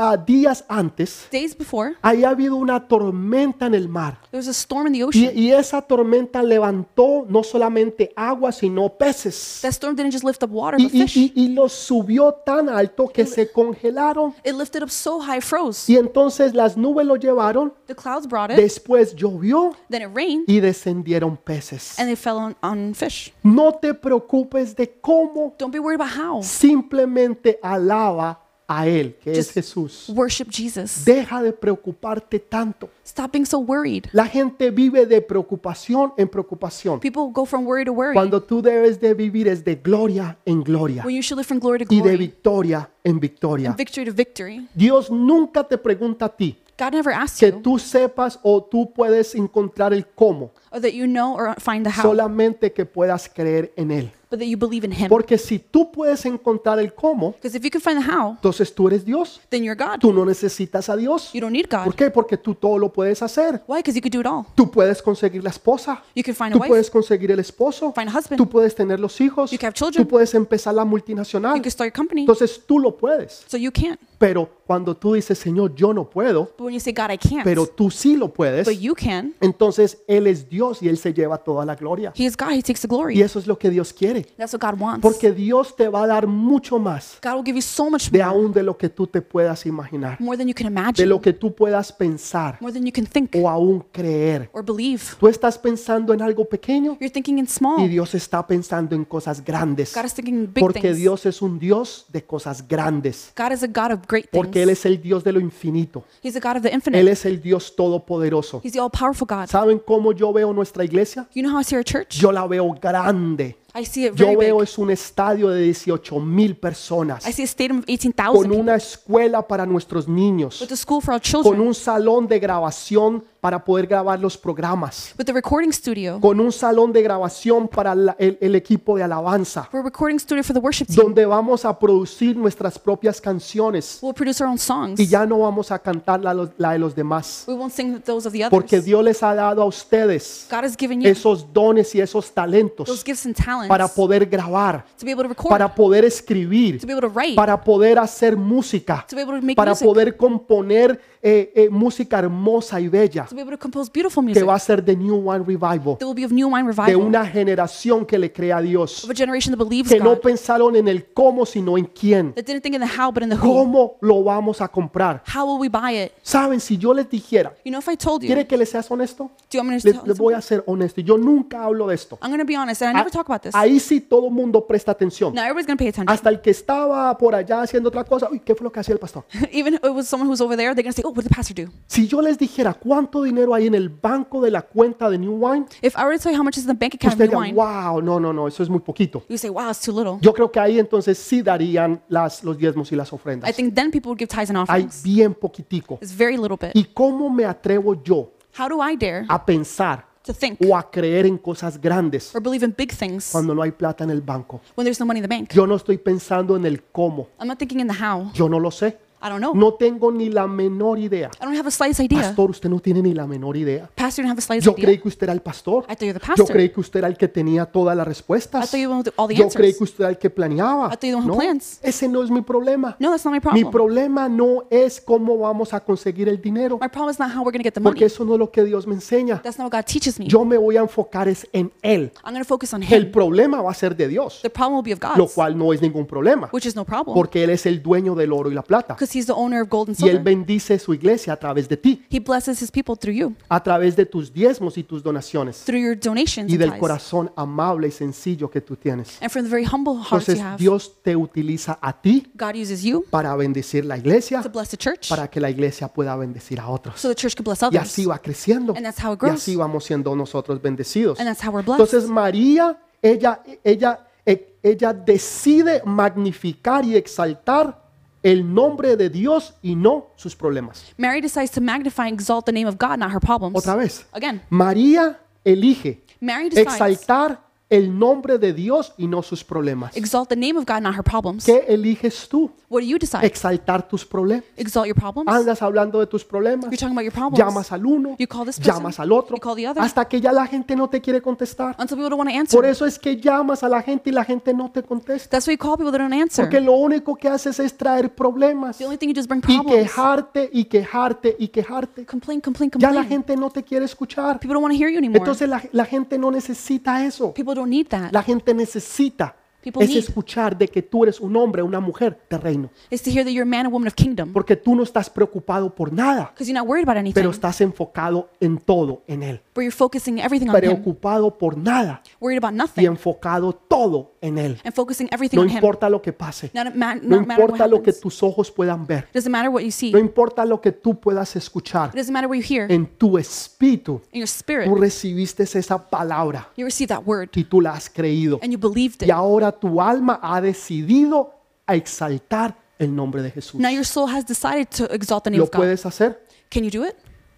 A: ah, días antes
B: days before,
A: había habido una tormenta en el mar.
B: there was a storm in the
A: Y,
B: ocean.
A: y esa tormenta levantó no solamente agua, sino peces.
B: That storm didn't just lift up water,
A: Y,
B: but
A: y-
B: fish.
A: y- y los subió tan alto que se congelaron.
B: It lifted up so high, it froze.
A: Y entonces las nubes lo llevaron.
B: The clouds brought it.
A: Después llovió
B: Then it rained.
A: y descendieron peces.
B: and they fell on, on fish.
A: No te preocupes de cómo,
B: Don't be worried about how.
A: simplemente alaba a Él, que es
B: Just-
A: Jesús.
B: Worship Jesus.
A: Deja de preocuparte tanto.
B: Stop being so worried.
A: La gente vive de preocupación en preocupación.
B: People go from worry to worry
A: Cuando tú debes de vivir es de gloria en gloria
B: when you should live from glory to
A: y de
B: glory,
A: victoria en victoria.
B: victory to victory.
A: Dios nunca te pregunta a ti
B: God never asks
A: que
B: you
A: tú sepas o tú puedes encontrar el cómo,
B: or that you know or find the how,
A: solamente que puedas creer en Él.
B: but that you believe in Him.
A: Porque si tú puedes encontrar el cómo,
B: Because if you can find the how,
A: entonces tú eres Dios.
B: then you're God.
A: Tú no necesitas a Dios.
B: You don't need God.
A: ¿Por qué? Porque tú todo lo puedes hacer.
B: Why? Because you could do it all.
A: Tú puedes conseguir la esposa.
B: You can find a
A: Tú
B: wife,
A: puedes conseguir el esposo.
B: find a
A: Tú
B: husband,
A: puedes tener los hijos.
B: You can have children.
A: Tú puedes empezar la
B: you
A: multinacional.
B: can start your company.
A: Entonces tú lo puedes.
B: So you can't.
A: Pero cuando tú dices, Señor, yo no puedo,
B: But when you say, God, I can't,
A: pero tú sí lo puedes,
B: but you can,
A: entonces Él es Dios y Él se lleva toda la gloria.
B: He is God. He takes the
A: Y
B: glory.
A: eso es lo que Dios quiere.
B: That's what God wants.
A: Porque Dios te va a dar mucho más
B: God will give you so much
A: de
B: more,
A: aún de lo que tú te puedas imaginar,
B: more than you can
A: de
B: imagine,
A: lo que tú puedas pensar
B: more than you can think
A: o aún creer.
B: or believe.
A: Tú estás pensando en algo pequeño
B: You're thinking in
A: y
B: small.
A: Dios está pensando en cosas grandes.
B: God is thinking in big
A: Porque
B: things.
A: Dios es un Dios de cosas grandes.
B: God is a God of great things.
A: Porque Él es el Dios de lo infinito.
B: He's a God of the infinite.
A: Él es el Dios todopoderoso.
B: He's the all-powerful God.
A: ¿Saben cómo yo veo nuestra iglesia?
B: You know how I see our church?
A: Yo la veo grande.
B: I see it very
A: Yo veo
B: big.
A: es un estadio de 18 mil
B: I
A: personas
B: see a stadium of
A: con
B: 18,000 people
A: una escuela para nuestros niños,
B: with a school for our
A: con
B: children,
A: un salón de grabación para poder grabar los programas,
B: with a recording studio,
A: con un salón de grabación para la- el- el equipo de alabanza.
B: for a recording studio for the worship team.
A: donde vamos a producir nuestras propias canciones
B: We'll produce our own songs.
A: y ya no vamos a cantar la, los- la de los demás,
B: We won't sing those of the others.
A: porque Dios les ha dado a ustedes
B: God has given you
A: esos dones y esos
B: those
A: talentos
B: gifts and talents
A: para poder grabar,
B: to be able to record,
A: para poder
B: to
A: escribir,
B: be able to write,
A: para poder hacer música,
B: to be able to make
A: para
B: music,
A: poder componer eh, eh, música hermosa y bella
B: to be able to compose beautiful
A: que
B: music.
A: va a ser de New One Revival,
B: That will be of new wine
A: de
B: revival,
A: una generación que le crea a Dios,
B: of a generation that believes
A: que no
B: God,
A: pensaron en el cómo, sino en quién.
B: that didn't think in the how but in the who.
A: ¿Cómo lo vamos a comprar?
B: How will we buy it?
A: Saben, si yo les dijera,
B: You know, if I told you,
A: ¿quiere que les seas honesto?
B: do you want me to
A: Les,
B: tell
A: les voy a ser honesto. Yo nunca hablo de esto.
B: I'm going to be honest, and I
A: Ah,
B: never talk about this.
A: Ahí Ah, sí todo el mundo presta atención.
B: Now everybody's going to pay attention.
A: Hasta el que estaba por allá haciendo otra cosa, uy, ¿qué fue lo que hacía el pastor?
B: Even if it was someone who's over there, they're going to say, oh, what did the pastor do?
A: Si yo les dijera cuánto dinero hay en el banco de la cuenta de New Wine,
B: If I were to tell you how much is in the bank account of
A: ustedes
B: new
A: dirían,
B: wine,
A: wow, no, no, no, eso es muy poquito.
B: you say, wow, it's too little.
A: Yo creo que ahí entonces sí darían las, los diezmos y las
B: I
A: ofrendas.
B: think then people would give tithes and
A: Hay
B: offerings.
A: bien poquitico.
B: It's very little bit.
A: ¿Y cómo me atrevo yo
B: How do I dare
A: a pensar
B: To to think
A: o a creer en cosas grandes
B: or believe in big things
A: cuando no hay plata en el banco.
B: when there's no money in the bank.
A: Um, Yo no estoy pensando en el cómo.
B: I'm not thinking in the how.
A: Yo no lo sé.
B: I don't know.
A: No tengo ni la menor idea.
B: I don't have the slightest idea.
A: Pastor, usted no tiene ni la menor idea.
B: Pastor, you don't have the slightest
A: Yo
B: idea.
A: creí que usted era el pastor.
B: I thought you were the
A: Yo
B: pastor.
A: creí que usted era el que tenía todas las
B: I
A: respuestas.
B: thought you were with all the
A: Yo creí
B: answers.
A: que usted era el que planeaba.
B: I thought you were the one who
A: No,
B: plans.
A: ese no es mi problema.
B: No, that's not
A: Mi
B: my problem.
A: problema no es cómo vamos a conseguir el dinero,
B: My problem is not how we're going to get the
A: porque
B: money.
A: eso no es lo que Dios me enseña.
B: That's not what God teaches me.
A: Yo me voy a enfocar es en Él.
B: I'm going to focus on
A: El
B: Him.
A: problema va a ser de Dios,
B: The problem will be of
A: lo
B: God,
A: cual no es ningún problema,
B: which is no problem
A: porque Él es el dueño del oro y la plata.
B: because He's the owner of gold and
A: Y Él
B: silver.
A: bendice su iglesia a través de ti,
B: He blesses His people through you,
A: a través de tus diezmos y tus donaciones
B: through your donations
A: y
B: and
A: del
B: tithes,
A: corazón amable y sencillo que tú tienes.
B: and from the very humble hearts you
A: Entonces
B: have.
A: Dios te utiliza a ti
B: God uses you
A: para bendecir la iglesia,
B: to bless the church
A: para que la iglesia pueda bendecir a otros.
B: so the church can bless
A: Y así
B: others.
A: va creciendo.
B: And that's how it
A: Y así
B: grows.
A: vamos siendo nosotros bendecidos.
B: And that's how we're blessed.
A: Entonces María, ella, ella, e- ella decide magnificar y exaltar el nombre de Dios y no sus problemas.
B: Mary decides to magnify and exalt the name of God, not her problems.
A: Otra vez.
B: Again,
A: María elige
B: Mary decides
A: exaltar el nombre de Dios y no sus problemas.
B: exalt the name of God, not her problems.
A: ¿Qué eliges tú?
B: What do you decide?
A: Exaltar tus problemas.
B: Exalt your problems?
A: Andas hablando de tus problemas.
B: You're talking about your problems
A: Llamas al uno,
B: You call this person,
A: llamas al otro,
B: you call the other.
A: hasta que ya la gente no te quiere contestar.
B: until people don't want to
A: Por
B: answer.
A: eso es que llamas a la gente y la gente no te contesta.
B: That's why you call people that don't answer.
A: Porque lo único que haces es traer problemas
B: The only thing you do is bring
A: y
B: problems.
A: quejarte y quejarte y quejarte.
B: Complain, complain,
A: Ya la
B: complain.
A: gente no te quiere escuchar.
B: People don't want to hear you anymore.
A: Entonces la, la gente no necesita eso.
B: People don't need that.
A: La gente necesita
B: People
A: es
B: need.
A: escuchar de que tú eres un hombre, una mujer de reino.
B: It's to hear that you're a man and woman of kingdom
A: Porque tú no estás preocupado por nada,
B: because you're not worried about
A: pero
B: anything,
A: estás enfocado en todo, en Él.
B: but you're focusing everything on Him,
A: Preocupado por nada
B: worried about
A: y
B: nothing,
A: enfocado todo en Él.
B: and focusing everything
A: No
B: on Him.
A: importa lo que pase.
B: Not, a ma-
A: No
B: not matter what
A: importa lo que
B: happens.
A: tus ojos puedan ver.
B: It doesn't matter what you see.
A: No
B: It
A: importa lo que tú puedas escuchar.
B: doesn't matter what you hear. In
A: En tu espíritu,
B: your spirit,
A: tú recibiste esa palabra
B: you receive that word
A: y tú la has creído.
B: and you believed
A: Y
B: it.
A: ahora tu alma ha decidido a exaltar el nombre de Jesús.
B: Now your soul has decided to exalt the name
A: ¿Lo
B: of God.
A: puedes hacer?
B: Can you do it?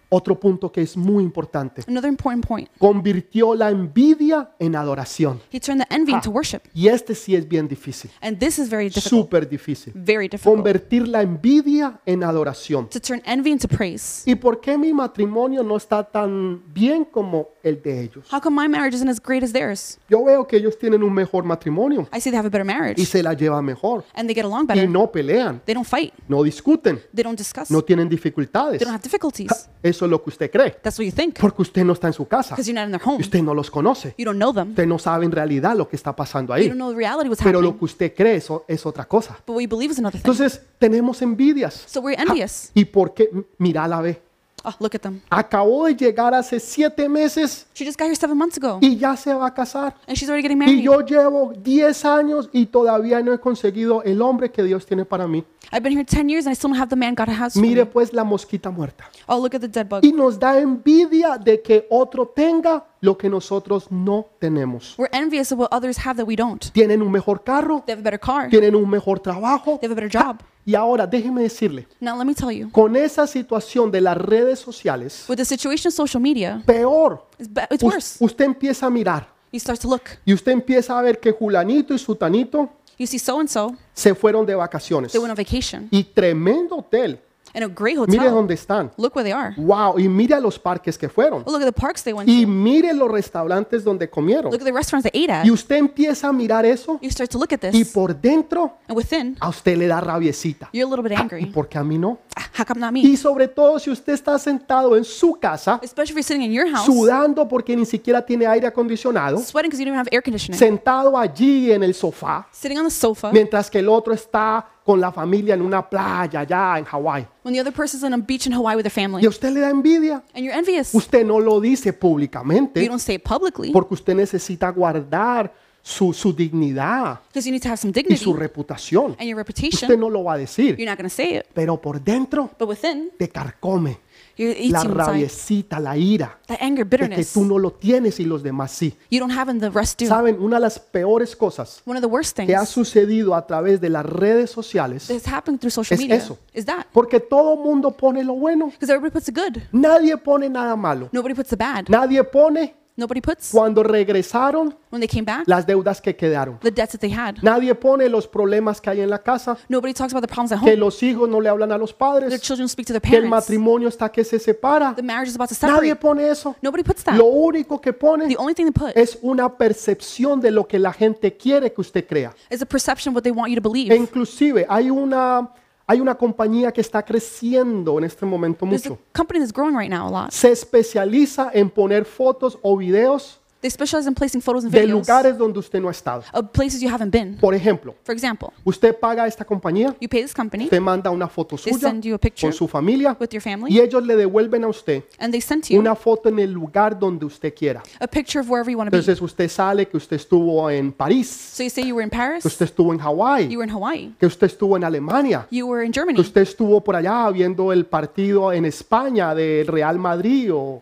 A: Otro punto que es muy importante.
B: Another important point.
A: Convirtió la envidia en adoración.
B: He turned the envy
A: Ah.
B: into worship.
A: Y este sí es bien difícil.
B: And this is very difficult.
A: Súper difícil.
B: Very difficult.
A: Convertir la envidia en adoración.
B: To turn envy into praise.
A: ¿Y por qué mi matrimonio no está tan bien como el de ellos?
B: How come my marriage isn't as great as theirs?
A: Yo veo que ellos tienen un mejor matrimonio
B: I see they have a better
A: y
B: marriage
A: se la llevan mejor
B: and they get along
A: y
B: better.
A: no pelean,
B: They don't fight.
A: no discuten,
B: They don't discuss.
A: no
B: They
A: tienen dificultades.
B: don't have difficulties.
A: Eso es lo que usted cree,
B: That's what you think
A: porque usted no está en su casa,
B: because you're not in their home.
A: usted no los conoce,
B: You don't know them.
A: usted no sabe en realidad lo que está pasando
B: You
A: ahí,
B: don't know the reality what's
A: pero lo
B: happening.
A: que usted cree eso es otra cosa.
B: But what you believe is another thing.
A: Entonces tenemos envidias.
B: So we're envious.
A: ¿Y por qué? M- Mira la ve.
B: Oh, look at them.
A: Acabó de llegar hace siete meses
B: She just got here seven months ago
A: y ya se va a casar.
B: and she's already getting
A: Y
B: married.
A: yo llevo 10 años y todavía no he conseguido el hombre que Dios tiene para mí.
B: I've been here 10 years and I still don't have the man God has for
A: Mire
B: me.
A: pues la mosquita muerta.
B: Oh, look at the dead bug.
A: Y nos da envidia de que otro tenga lo que nosotros no tenemos.
B: We're envious of what others have that we don't.
A: Tienen un mejor carro,
B: They have a better car. They
A: tienen un mejor trabajo.
B: have a better job.
A: Y ahora déjeme decirle,
B: Now, let me tell you,
A: con esa situación de las redes sociales,
B: with the situation of social media,
A: peor.
B: it's, be- it's
A: Us-
B: worse.
A: Usted empieza a mirar
B: You start to look.
A: y usted empieza a ver que Julanito y Sutanito
B: You see so and so,
A: se fueron de vacaciones.
B: they went on vacation
A: Y tremendo hotel.
B: in a great
A: Mire
B: hotel.
A: dónde están.
B: Look where they are.
A: Wow, y mire a los parques que fueron.
B: Oh, look at the parks they went
A: Y
B: to.
A: mire los restaurantes donde comieron.
B: Look at the restaurants they ate at.
A: Y usted empieza a mirar eso
B: You start to look at
A: y
B: this,
A: por dentro
B: and within,
A: a usted le da rabiecita.
B: you're a little bit
A: ¿Y
B: angry.
A: por qué a mí no?
B: Ah, How come not me?
A: Y sobre todo si usted está sentado en su casa,
B: Especially if you're sitting in your house,
A: sudando porque ni siquiera tiene aire acondicionado,
B: sweating because you don't have air conditioning,
A: sentado allí en el sofá,
B: sitting on the sofa
A: mientras que el otro está con la familia en una playa allá en Hawái.
B: when the other person's on a beach in Hawaii with their family,
A: Y a usted le da envidia.
B: and you're envious.
A: Usted no lo dice
B: You
A: públicamente
B: don't say it publicly
A: porque usted necesita guardar su, su dignidad.
B: because you need to have some
A: y
B: dignity
A: su reputación.
B: and your
A: Usted
B: reputation.
A: no lo va a decir,
B: You're not going to say it,
A: pero por dentro
B: but within,
A: te carcome
B: you're eating
A: la
B: inside.
A: rabiecita, la ira
B: That anger,
A: de que
B: bitterness,
A: tú no lo tienes y los demás sí.
B: you don't have in the rest do.
A: Saben, una de las peores cosas
B: One of the worst
A: que ha
B: things
A: sucedido a través de las redes sociales,
B: that's happened through social
A: Es
B: media
A: eso.
B: is that
A: porque todo mundo pone lo bueno,
B: because everybody puts the good,
A: nadie pone nada malo,
B: nobody puts the bad,
A: nadie pone
B: Nobody puts
A: Cuando regresaron,
B: when they came back
A: las deudas que quedaron.
B: the debts that they had.
A: Nadie pone los problemas que hay en la casa,
B: Nobody talks about the problems at
A: que
B: home.
A: los hijos no le hablan a los
B: Their
A: padres,
B: children speak to their
A: que el
B: parents.
A: matrimonio está que se separa.
B: The marriage is about to
A: Nadie
B: separate.
A: pone eso.
B: Nobody puts that.
A: Lo único que pone
B: The only thing they put
A: es una percepción de lo que la gente quiere que usted crea.
B: is a perception of what they want you to
A: E
B: believe.
A: inclusive hay una, hay una compañía que está creciendo en este momento
B: There's a
A: mucho.
B: company that's growing right now a lot.
A: Se especializa en poner fotos o videos
B: They specialize in placing photos and
A: de
B: videos
A: lugares donde usted no ha estado.
B: of places you haven't been.
A: Por ejemplo,
B: For example,
A: usted paga a esta compañía,
B: you pay this company
A: usted manda una foto
B: They
A: suya
B: send you a picture
A: con su familia
B: with your family,
A: y ellos le devuelven a usted
B: and they send you
A: una foto en el lugar donde usted quiera.
B: a picture of wherever you want to be.
A: Entonces usted sale que usted estuvo en París,
B: So you say you were in
A: que
B: Paris,
A: usted estuvo en
B: you
A: Hawái,
B: were in Hawaii,
A: que usted estuvo en Alemania,
B: you were in
A: que
B: Germany,
A: usted estuvo por allá viendo el partido en España del Real Madrid o,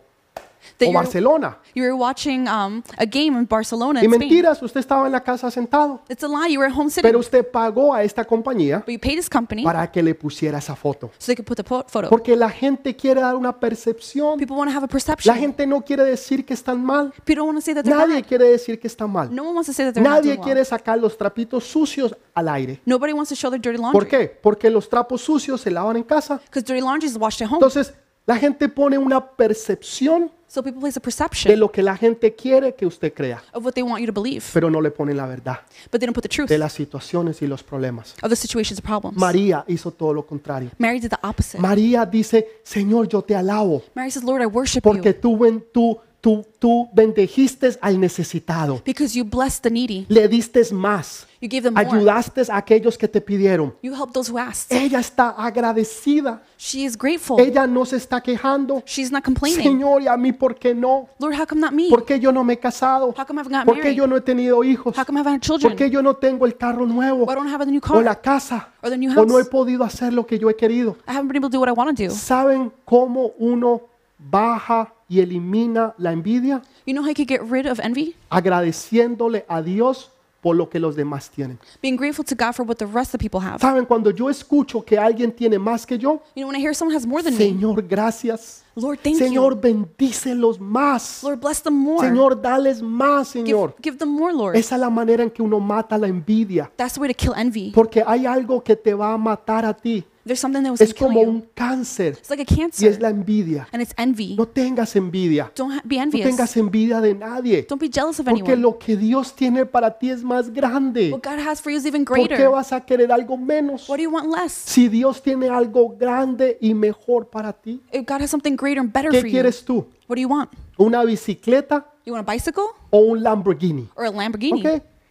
B: that
A: o
B: you were,
A: oh, Barcelona.
B: you were watching um, a game in Barcelona
A: Y
B: in Spain.
A: mentiras, usted estaba en la casa sentado,
B: It's a lie. You were at home sitting,
A: pero
B: but
A: usted pagó a esta compañía
B: you paid this company
A: para que le pusiera esa foto.
B: so they could put the po- photo.
A: Porque la gente quiere dar una percepción.
B: People want to have
A: La
B: a perception.
A: gente no quiere decir que están mal.
B: People don't want to say that they're
A: Nadie
B: bad.
A: quiere decir que están mal.
B: No one wants to say that they're not
A: Nadie
B: doing well.
A: quiere sacar los trapitos sucios al aire.
B: Nobody wants to show their dirty
A: ¿Por
B: laundry
A: qué? Porque los trapos sucios se lavan en casa.
B: because dirty laundry is washed at home.
A: Entonces, la gente pone una percepción
B: So people place
A: de
B: a perception
A: lo que la gente quiere que usted crea,
B: of what they want you to believe,
A: pero no le ponen la verdad
B: but they don't put the truth
A: de las situaciones y los problemas.
B: of the situations and problems.
A: María hizo todo lo contrario.
B: Mary did the opposite.
A: María dice, Señor, yo te alabo
B: Mary says, Lord, I worship
A: porque
B: you
A: tú, ben- tú, tú, tú bendejiste al necesitado,
B: because you blessed the needy.
A: le diste más,
B: You gave them more.
A: ayudaste a aquellos que te pidieron.
B: You helped those who asked.
A: Ella está agradecida,
B: She is grateful.
A: ella no se está quejando.
B: She's not complaining.
A: eh, Señor, ¿y a mí por qué no?
B: Lord, how come not me?
A: ¿Por qué yo no me he casado?
B: How come I haven't gotten
A: ¿Por qué
B: married?
A: yo no he tenido hijos?
B: How come I haven't had
A: ¿Por qué
B: children?
A: yo no tengo el carro nuevo?
B: Why don't I have a new
A: o
B: car?
A: la casa
B: Or the new
A: o no he
B: house?
A: podido hacer lo que yo he querido.
B: I haven't been able to do what I want to do.
A: ¿Saben cómo uno baja y elimina la envidia?
B: You know how you could get rid of envy?
A: Agradeciéndole a Dios por lo que los demás tienen.
B: Being grateful to God for what the rest of the people have.
A: ¿Saben cuando yo escucho que alguien tiene más que yo?
B: You know, when I hear someone has more than me,
A: Señor, gracias.
B: Lord, thank you.
A: Señor, bendícelos más.
B: Lord, bless them more.
A: Señor, dales más,
B: Give,
A: Señor.
B: give them more, Lord.
A: Esa es la manera en que uno mata la envidia.
B: That's the way to kill envy.
A: Porque hay algo que te va a matar a ti.
B: There's something that was going
A: Es
B: to kill
A: como
B: you.
A: un cáncer
B: It's like a
A: y es
B: cancer,
A: la envidia.
B: and it's envy.
A: No tengas envidia.
B: Don't ha- be
A: No
B: envious.
A: tengas envidia de nadie.
B: Don't be jealous of
A: Porque
B: anyone.
A: lo que Dios tiene para ti es más grande.
B: What God has for you is even
A: ¿Por qué
B: greater.
A: vas a querer algo menos?
B: What do you want less?
A: Si Dios tiene algo grande y mejor para ti,
B: If God has something greater and better
A: ¿qué
B: for you,
A: quieres tú?
B: what do you want?
A: ¿Una bicicleta
B: You want a bicycle
A: o un Lamborghini?
B: or a
A: ¿Ok?
B: Lamborghini?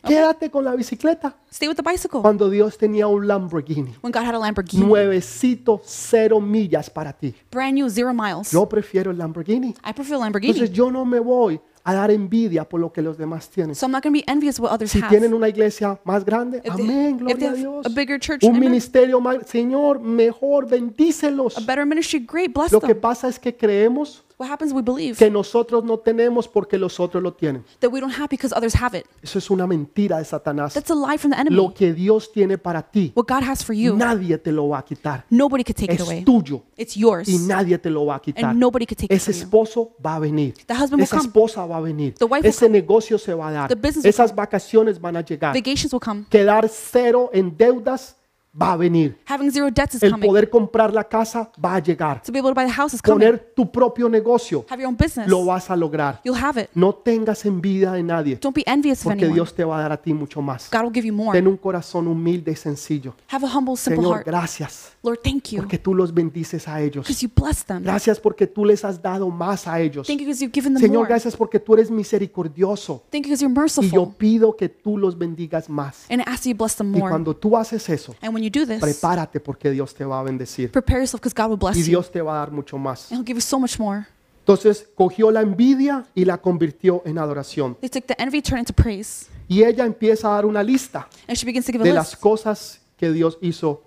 A: Quédate con la bicicleta.
B: Stay with the bicycle.
A: Cuando Dios tenía un Lamborghini,
B: When God had a Lamborghini,
A: nuevecito, cero millas para ti.
B: brand new, zero miles.
A: Yo prefiero el Lamborghini.
B: I prefer
A: Entonces
B: Lamborghini,
A: yo no me voy a dar envidia por lo que los demás tienen.
B: so I'm not going to be envious of what others
A: Si
B: have.
A: tienen una iglesia más grande,
B: If they-
A: amén,
B: if they
A: gloria a
B: have
A: Dios.
B: a bigger church,
A: Un
B: amen.
A: ministerio más, Señor, mejor, bendícelos.
B: A better ministry, great, bless
A: Lo que
B: them.
A: pasa es que creemos
B: What happens? We believe
A: que nosotros no tenemos porque los otros lo tienen.
B: that we don't have because others have it.
A: Eso es una mentira de Satanás.
B: That's a lie from the
A: Lo
B: enemy.
A: que Dios tiene para ti,
B: What God has for you,
A: nadie te lo va a quitar.
B: nobody could take it away.
A: Es tuyo
B: It's yours,
A: y nadie te lo va a quitar.
B: and nobody could take it
A: Ese
B: from you.
A: esposo va a venir.
B: The husband will
A: Esa
B: come.
A: esposa va a venir.
B: The wife will
A: Ese negocio se va a dar.
B: The business will
A: Esas vacaciones van a llegar.
B: Vacations will come.
A: Quedar cero en deudas va a venir.
B: Having zero debts is
A: El
B: coming.
A: poder comprar la casa va a llegar.
B: To be able to buy the house is coming.
A: Poner tu propio negocio
B: Have your own business.
A: lo vas a lograr.
B: You'll have it.
A: No tengas envidia de nadie
B: Don't be envious of
A: porque
B: anyone.
A: Dios te va a dar a ti mucho más.
B: God will give you more.
A: Ten un corazón humilde y sencillo.
B: Have a humble, simple
A: Señor,
B: heart.
A: gracias
B: Lord, thank you
A: porque tú los bendices a ellos.
B: because you bless them.
A: Gracias porque tú les has dado más a ellos.
B: Thank you because you've given them
A: Señor,
B: more.
A: gracias porque tú eres misericordioso
B: Thank you because you're
A: y yo
B: merciful.
A: pido que tú los bendigas más.
B: And I ask that you bless them
A: Y
B: more.
A: cuando tú haces eso,
B: And when you do this,
A: prepárate porque Dios te va a bendecir
B: prepare yourself because God will
A: y
B: bless you.
A: Dios te va a dar mucho más.
B: And He'll give you so much more.
A: Entonces cogió la envidia y la convirtió en adoración.
B: They took the envy, turned into praise.
A: Y ella empieza a dar una lista
B: And she begins to give a
A: de las
B: list
A: cosas que Dios hizo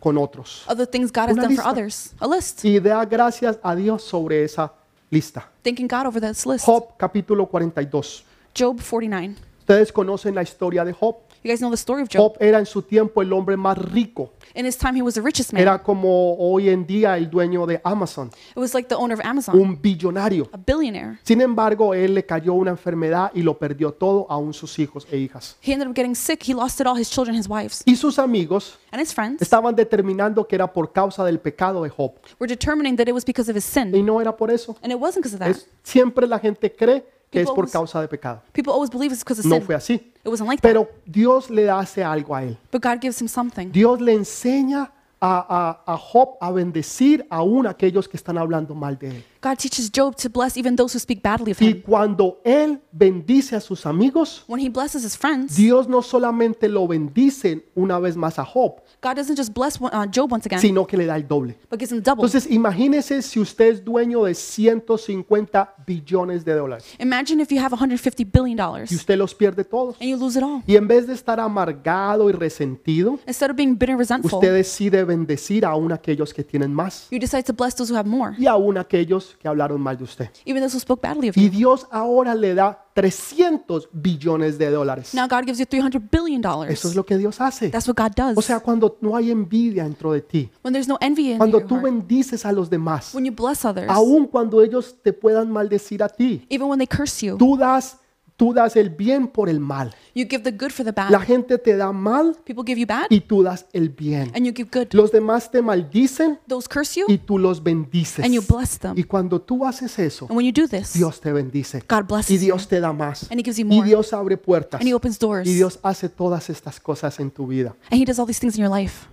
A: con otros.
B: of the things God has
A: Una
B: done for
A: lista.
B: others. A list.
A: Y da gracias a Dios sobre esa lista.
B: Thanking God over this list.
A: Job capítulo 42.
B: Job 49.
A: Ustedes conocen la historia de Job.
B: You guys know the story of Job.
A: Job era en su tiempo el hombre más rico.
B: In his time, he was the richest man.
A: Era como hoy en día el dueño de Amazon,
B: It was like the owner of Amazon,
A: un billonario.
B: a billionaire.
A: Sin embargo, él le cayó una enfermedad y lo perdió todo, aún sus hijos e hijas.
B: He ended up getting sick. He lost it all his children, his wives,
A: Y sus amigos
B: and his friends.
A: estaban determinando que era por causa del pecado de Job.
B: Were determining that it was because of his sin.
A: Y no era por eso.
B: And it wasn't because of that.
A: Es- siempre la gente cree que es por causa de pecado.
B: People always believe it's because of
A: No
B: sin.
A: fue así.
B: It wasn't like that.
A: Pero Dios le hace algo a él.
B: But God gives him something.
A: Dios le enseña a, a, a Job a bendecir aún a aquellos que están hablando mal de él.
B: God teaches Job to bless even those who speak badly of
A: Y
B: him.
A: cuando él bendice a sus amigos,
B: When he blesses his friends,
A: Dios no solamente lo bendice una vez más a Job,
B: God doesn't just bless one- uh, Job once again,
A: sino que le da el doble.
B: but gives him double.
A: Entonces imagínese si usted es dueño de 150 billones de dólares
B: Imagine if you have $150 billion
A: y
B: and
A: usted los pierde todos.
B: you lose it all.
A: Y en vez de estar amargado y resentido,
B: Instead of being bitter and resentful,
A: usted decide bendecir aún a aquellos que tienen más
B: you decide to bless those who have more,
A: y aún a aquellos que hablaron mal de usted.
B: even those who spoke badly of
A: Y
B: you.
A: Dios ahora le da 300 billones de dólares.
B: Now God gives you $300 billion.
A: Eso es lo que Dios hace.
B: That's what God does.
A: O sea, cuando no hay envidia dentro de ti,
B: when there's no envy in
A: cuando
B: your
A: tú
B: heart,
A: bendices a los demás,
B: when you bless others,
A: aun cuando ellos te puedan maldecir a ti,
B: even when they curse you,
A: tú das, tú das el bien por el mal.
B: you give the good for the bad.
A: La gente te da mal
B: People give you bad,
A: y tú das el bien.
B: and you give good.
A: Los demás te maldicen
B: Those curse you,
A: y tú los bendices.
B: and you bless them.
A: Y cuando tú haces eso,
B: And when you do this,
A: Dios te bendice.
B: God
A: Y
B: blesses you,
A: Dios te da más.
B: and He gives you
A: Y
B: more,
A: Dios abre puertas.
B: and He
A: Y
B: opens doors, and
A: Dios hace todas estas cosas en tu vida.
B: He does all these things in your life.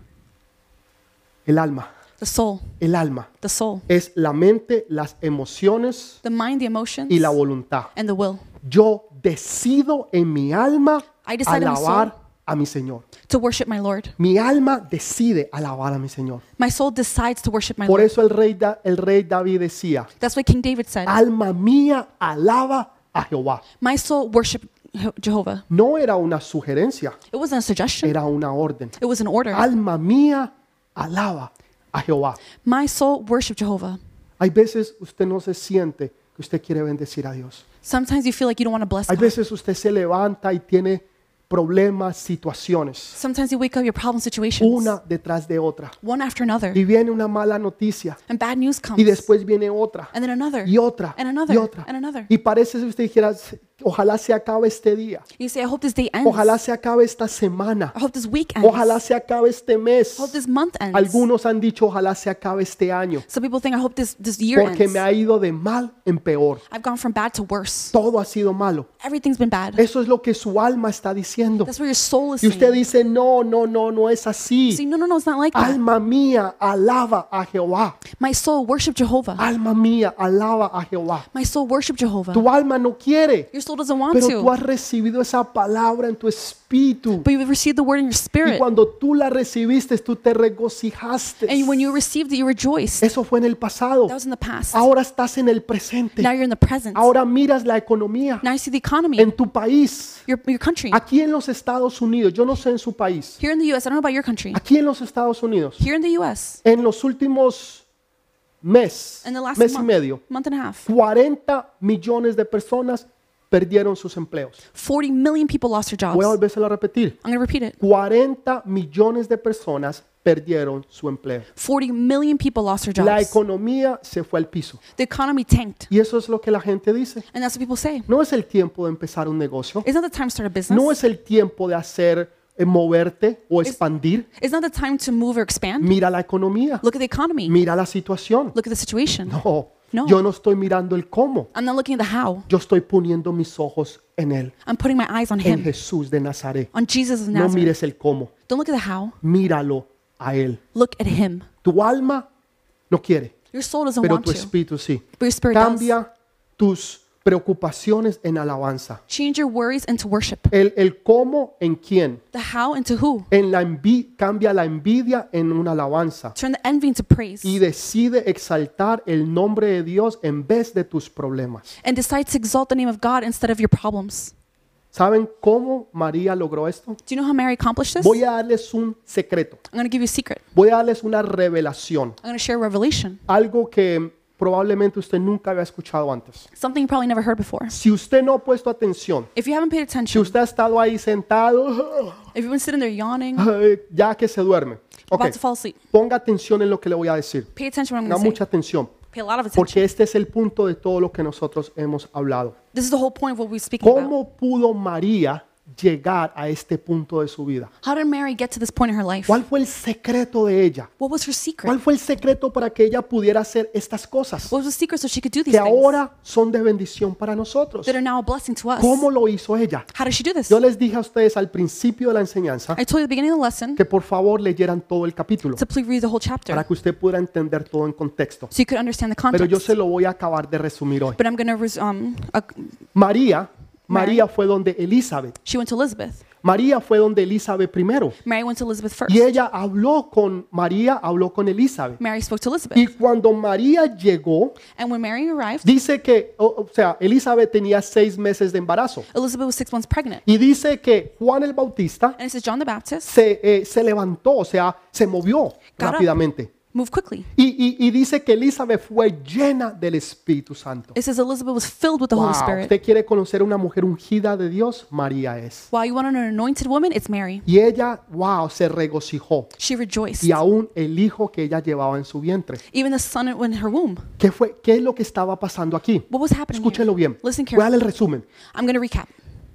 A: El alma,
B: The soul,
A: el alma
B: the soul,
A: es la mente, las emociones
B: the mind, the emotions,
A: y la voluntad.
B: and the will
A: Yo decido en mi alma
B: I decide in my
A: alabar a mi Señor.
B: to worship my Lord.
A: Mi alma decide alabar a mi Señor.
B: My soul decides to worship my
A: Por
B: Lord.
A: eso el rey, Da- el rey David decía,
B: That's what King David said.
A: alma mía alaba a Jehová.
B: My soul worship Je- Jehovah.
A: No era una sugerencia,
B: It wasn't a suggestion.
A: era una orden.
B: It was an order.
A: Alma mía alaba a Jehová.
B: My soul worship Jehovah.
A: Hay veces usted no se siente que usted quiere bendecir a Dios.
B: Sometimes you feel like you don't want to bless
A: Hay
B: God.
A: veces usted se levanta y tiene problemas, situaciones,
B: Sometimes you wake up your problem situations
A: una detrás de otra.
B: one after another,
A: Y viene una mala noticia
B: and bad news comes,
A: y después viene otra
B: and then another.
A: y otra
B: And
A: y
B: another,
A: otra.
B: and another.
A: Y parece si usted dijera, ojalá se acabe este día,
B: You say, I hope this day ends.
A: ojalá se acabe esta semana,
B: I hope this week ends.
A: ojalá se acabe este mes.
B: I hope Oh, this month ends.
A: Algunos han dicho, ojalá se acabe este año,
B: Some people think, I hope this, this year
A: porque
B: ends.
A: me ha ido de mal en peor.
B: I've gone from bad to worse.
A: Todo ha sido malo.
B: Everything's been bad.
A: Eso es lo que su alma está diciendo.
B: That's what your soul is
A: Y usted
B: saying.
A: dice, no, no, no, no es así.
B: See, no, no, no, it's not like that.
A: Alma mía, alaba a Jehová.
B: My soul worship Jehovah.
A: Alma mía, alaba a Jehová.
B: My soul worship Jehovah.
A: Tu alma no quiere,
B: Your soul doesn't want
A: pero tú
B: to,
A: has recibido esa palabra en tu espíritu.
B: but you received the word in your
A: Y
B: spirit.
A: cuando tú la recibiste, tú te regocijaste.
B: And when you received it, you rejoiced.
A: Eso fue en el pasado.
B: That was in the past.
A: Ahora estás en el presente.
B: Now you're in the present. Now
A: Ahora miras la economía
B: you see the economy,
A: en tu país.
B: your, your country.
A: Aquí en los Estados Unidos, yo no sé en su país.
B: Here in the U.S., I don't know about your country.
A: Aquí en los Estados Unidos,
B: Here in the U.S.,
A: en los últimos mes,
B: in the last
A: mes y medio,
B: month, month and a half,
A: 40 millones de personas perdieron sus empleos.
B: 40 million people lost their jobs.
A: Voy a
B: I'm
A: volvérselo a repetir.
B: going to repeat it.
A: 40 millones de personas perdieron su empleo.
B: 40 million people lost their
A: La
B: jobs.
A: economía se fue al piso.
B: The economy tanked.
A: Y eso es lo que la gente dice.
B: And that's what people say.
A: No es el tiempo de empezar un negocio.
B: It's not the time to start a business.
A: No es el tiempo de hacer, eh, moverte o expandir.
B: It's not the time to move or expand.
A: Mira la economía.
B: Look at the economy.
A: Mira la situación.
B: Look at the situation.
A: No,
B: No.
A: yo no estoy mirando el cómo.
B: I'm not looking at the how.
A: Yo estoy poniendo mis ojos en Él,
B: I'm putting my eyes on
A: en
B: Him,
A: Jesús de Nazaret.
B: on Jesus of
A: No
B: Nazareth.
A: mires el cómo,
B: Don't look at the how.
A: míralo a Él.
B: Look at Him.
A: Tu alma no quiere,
B: Your soul doesn't
A: pero
B: want
A: tu
B: to,
A: espíritu sí.
B: but your spirit does.
A: Cambia tus preocupaciones en alabanza.
B: Change your worries into worship.
A: El, el cómo en quién.
B: The how into who.
A: En la envi- cambia la envidia en una alabanza.
B: Turn the envy into praise
A: y decide exaltar el nombre de Dios en vez de tus problemas.
B: and decide to exalt the name of God instead of your problems.
A: ¿Saben cómo María logró esto?
B: Do you know how Mary accomplished this?
A: Voy a darles un secreto,
B: I'm going to give you a secret.
A: voy a darles una revelación,
B: I'm going to share a revelation.
A: algo que probablemente usted nunca había escuchado antes.
B: something you probably never heard before.
A: Si usted no ha puesto atención,
B: If you haven't paid
A: si
B: attention,
A: usted ha estado ahí sentado,
B: if you've been sitting there yawning,
A: ya que se duerme. Ok,
B: about to fall asleep,
A: ponga atención en lo que le voy a decir.
B: pay attention
A: Ponga
B: to what I'm going to
A: mucha
B: say.
A: atención,
B: Pay a lot of attention.
A: porque este es el punto de todo lo que nosotros hemos hablado.
B: This is the whole point of what we're speaking about.
A: ¿Cómo pudo María llegar a este punto de su vida?
B: How did Mary get to this point in her life?
A: ¿Cuál fue el secreto de ella?
B: What was her
A: ¿Cuál
B: secret?
A: fue el secreto para que ella pudiera hacer estas cosas
B: What was the secret so she could do these
A: que
B: things
A: ahora son de bendición para nosotros?
B: that are now a blessing to us?
A: ¿Cómo lo hizo ella?
B: How did she do this?
A: Yo les dije a ustedes al principio de la enseñanza
B: I told you at the beginning of the lesson
A: que por favor leyeran todo el capítulo
B: to please read the whole chapter
A: para
B: so
A: que usted pueda entender todo en contexto.
B: you could understand the
A: Pero yo
B: context.
A: se lo voy a acabar de resumir hoy.
B: But I'm going to res- um, uh,
A: María, María fue donde Elizabeth.
B: she went to Elizabeth.
A: María fue donde Elizabeth primero.
B: Mary went to Elizabeth first.
A: Y ella habló con María, habló con Elizabeth.
B: Mary spoke to Elizabeth.
A: Y cuando María llegó,
B: And when Mary arrived,
A: dice que, o, o sea, Elizabeth tenía seis meses de embarazo.
B: Elizabeth was six months pregnant.
A: Y dice que Juan el Bautista
B: And it says John the Baptist
A: se, eh, se levantó, o sea, se movió rápidamente.
B: moved quickly.
A: Y, y- y dice que Elizabeth fue llena del Espíritu Santo.
B: It says Elizabeth was filled with the
A: Wow,
B: Holy Spirit.
A: usted quiere conocer una mujer ungida de Dios, María es.
B: Wow, you want an anointed woman? It's Mary.
A: Y ella, wow, se regocijó.
B: She rejoiced.
A: Y aún el hijo que ella llevaba en su vientre.
B: Even the son in her womb.
A: ¿Qué, fue, qué es lo que estaba pasando aquí?
B: What was happening? here?
A: Escúchelo bien.
B: Listen
A: Voy a darle
B: carefully.
A: el resumen.
B: I'm going to recap.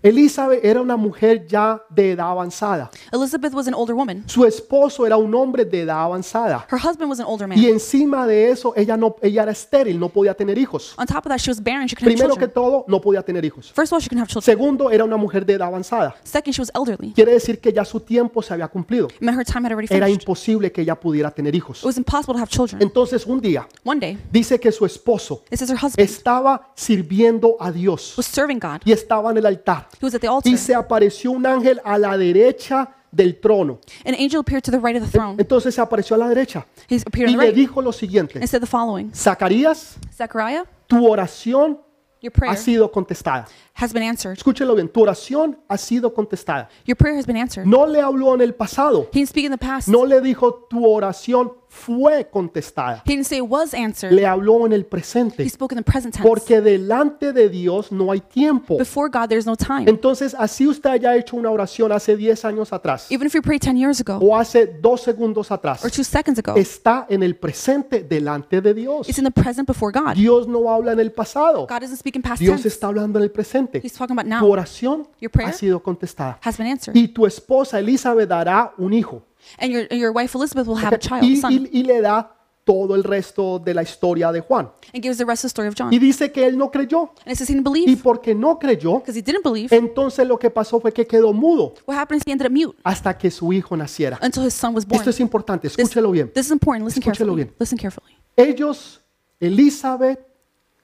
A: Elizabeth era una mujer ya de edad avanzada.
B: Elizabeth was an older woman.
A: Su esposo era un hombre de edad avanzada.
B: Her husband was an older
A: Y
B: man.
A: encima de eso, ella, no, ella era estéril, no podía tener hijos.
B: On top of that, she was barren. She couldn't have
A: Primero que
B: children.
A: todo, no podía tener hijos.
B: First of all, she couldn't have children.
A: Segundo, era una mujer de edad avanzada.
B: Second, she was elderly.
A: Quiere decir que ya su tiempo se había cumplido.
B: It meant her time had already
A: Era
B: finished.
A: imposible que ella pudiera tener
B: It
A: hijos.
B: was impossible to have children.
A: Entonces, un día,
B: One day,
A: dice que su esposo
B: it says her husband
A: estaba sirviendo a Dios
B: was serving God.
A: y estaba en el altar.
B: He was at the altar.
A: Y se apareció un ángel a la derecha del trono.
B: An angel appeared to the right of the throne.
A: Entonces se apareció a la derecha
B: He appeared on
A: y
B: the
A: le
B: right
A: dijo lo siguiente.
B: and said the following
A: Zacarías,
B: Zechariah,
A: tu oración
B: your
A: ha
B: prayer
A: sido contestada.
B: has been answered.
A: Escúchelo bien, tu oración ha sido contestada.
B: Your prayer has been answered.
A: No le habló en el pasado.
B: He didn't speak in the past.
A: No le dijo tu oración fue contestada.
B: He didn't say it was answered.
A: Le habló en el
B: He
A: presente.
B: spoke in the present tense.
A: Porque delante de Dios no hay tiempo.
B: Before God, there's no time.
A: Entonces, así usted haya hecho una oración hace 10 años atrás
B: Even if you prayed 10 years ago
A: o hace dos segundos atrás,
B: or two seconds ago,
A: está en el presente delante de Dios.
B: it's in the present before God.
A: Dios no habla en el pasado.
B: God doesn't speak in past
A: Dios
B: tense.
A: está hablando en el presente.
B: He's talking about
A: Tu
B: now.
A: oración
B: Your prayer
A: ha sido contestada.
B: Has been answered.
A: Y tu esposa Elizabeth dará un hijo.
B: And your, your wife Elizabeth will have a child,
A: Y,
B: son,
A: y- y le da todo el resto de la historia de Juan.
B: and gives the rest of the story of John.
A: Y
B: And
A: dice que él no creyó.
B: it says he didn't
A: Y
B: believe
A: porque no creyó,
B: because he didn't believe.
A: entonces lo que pasó fue que quedó mudo
B: What happened is he ended up mute
A: hasta que su hijo naciera.
B: until his son was born.
A: Esto es importante, escúchelo bien.
B: This is important. Listen
A: Escúchelo
B: carefully.
A: bien.
B: Listen carefully.
A: Ellos, Elizabeth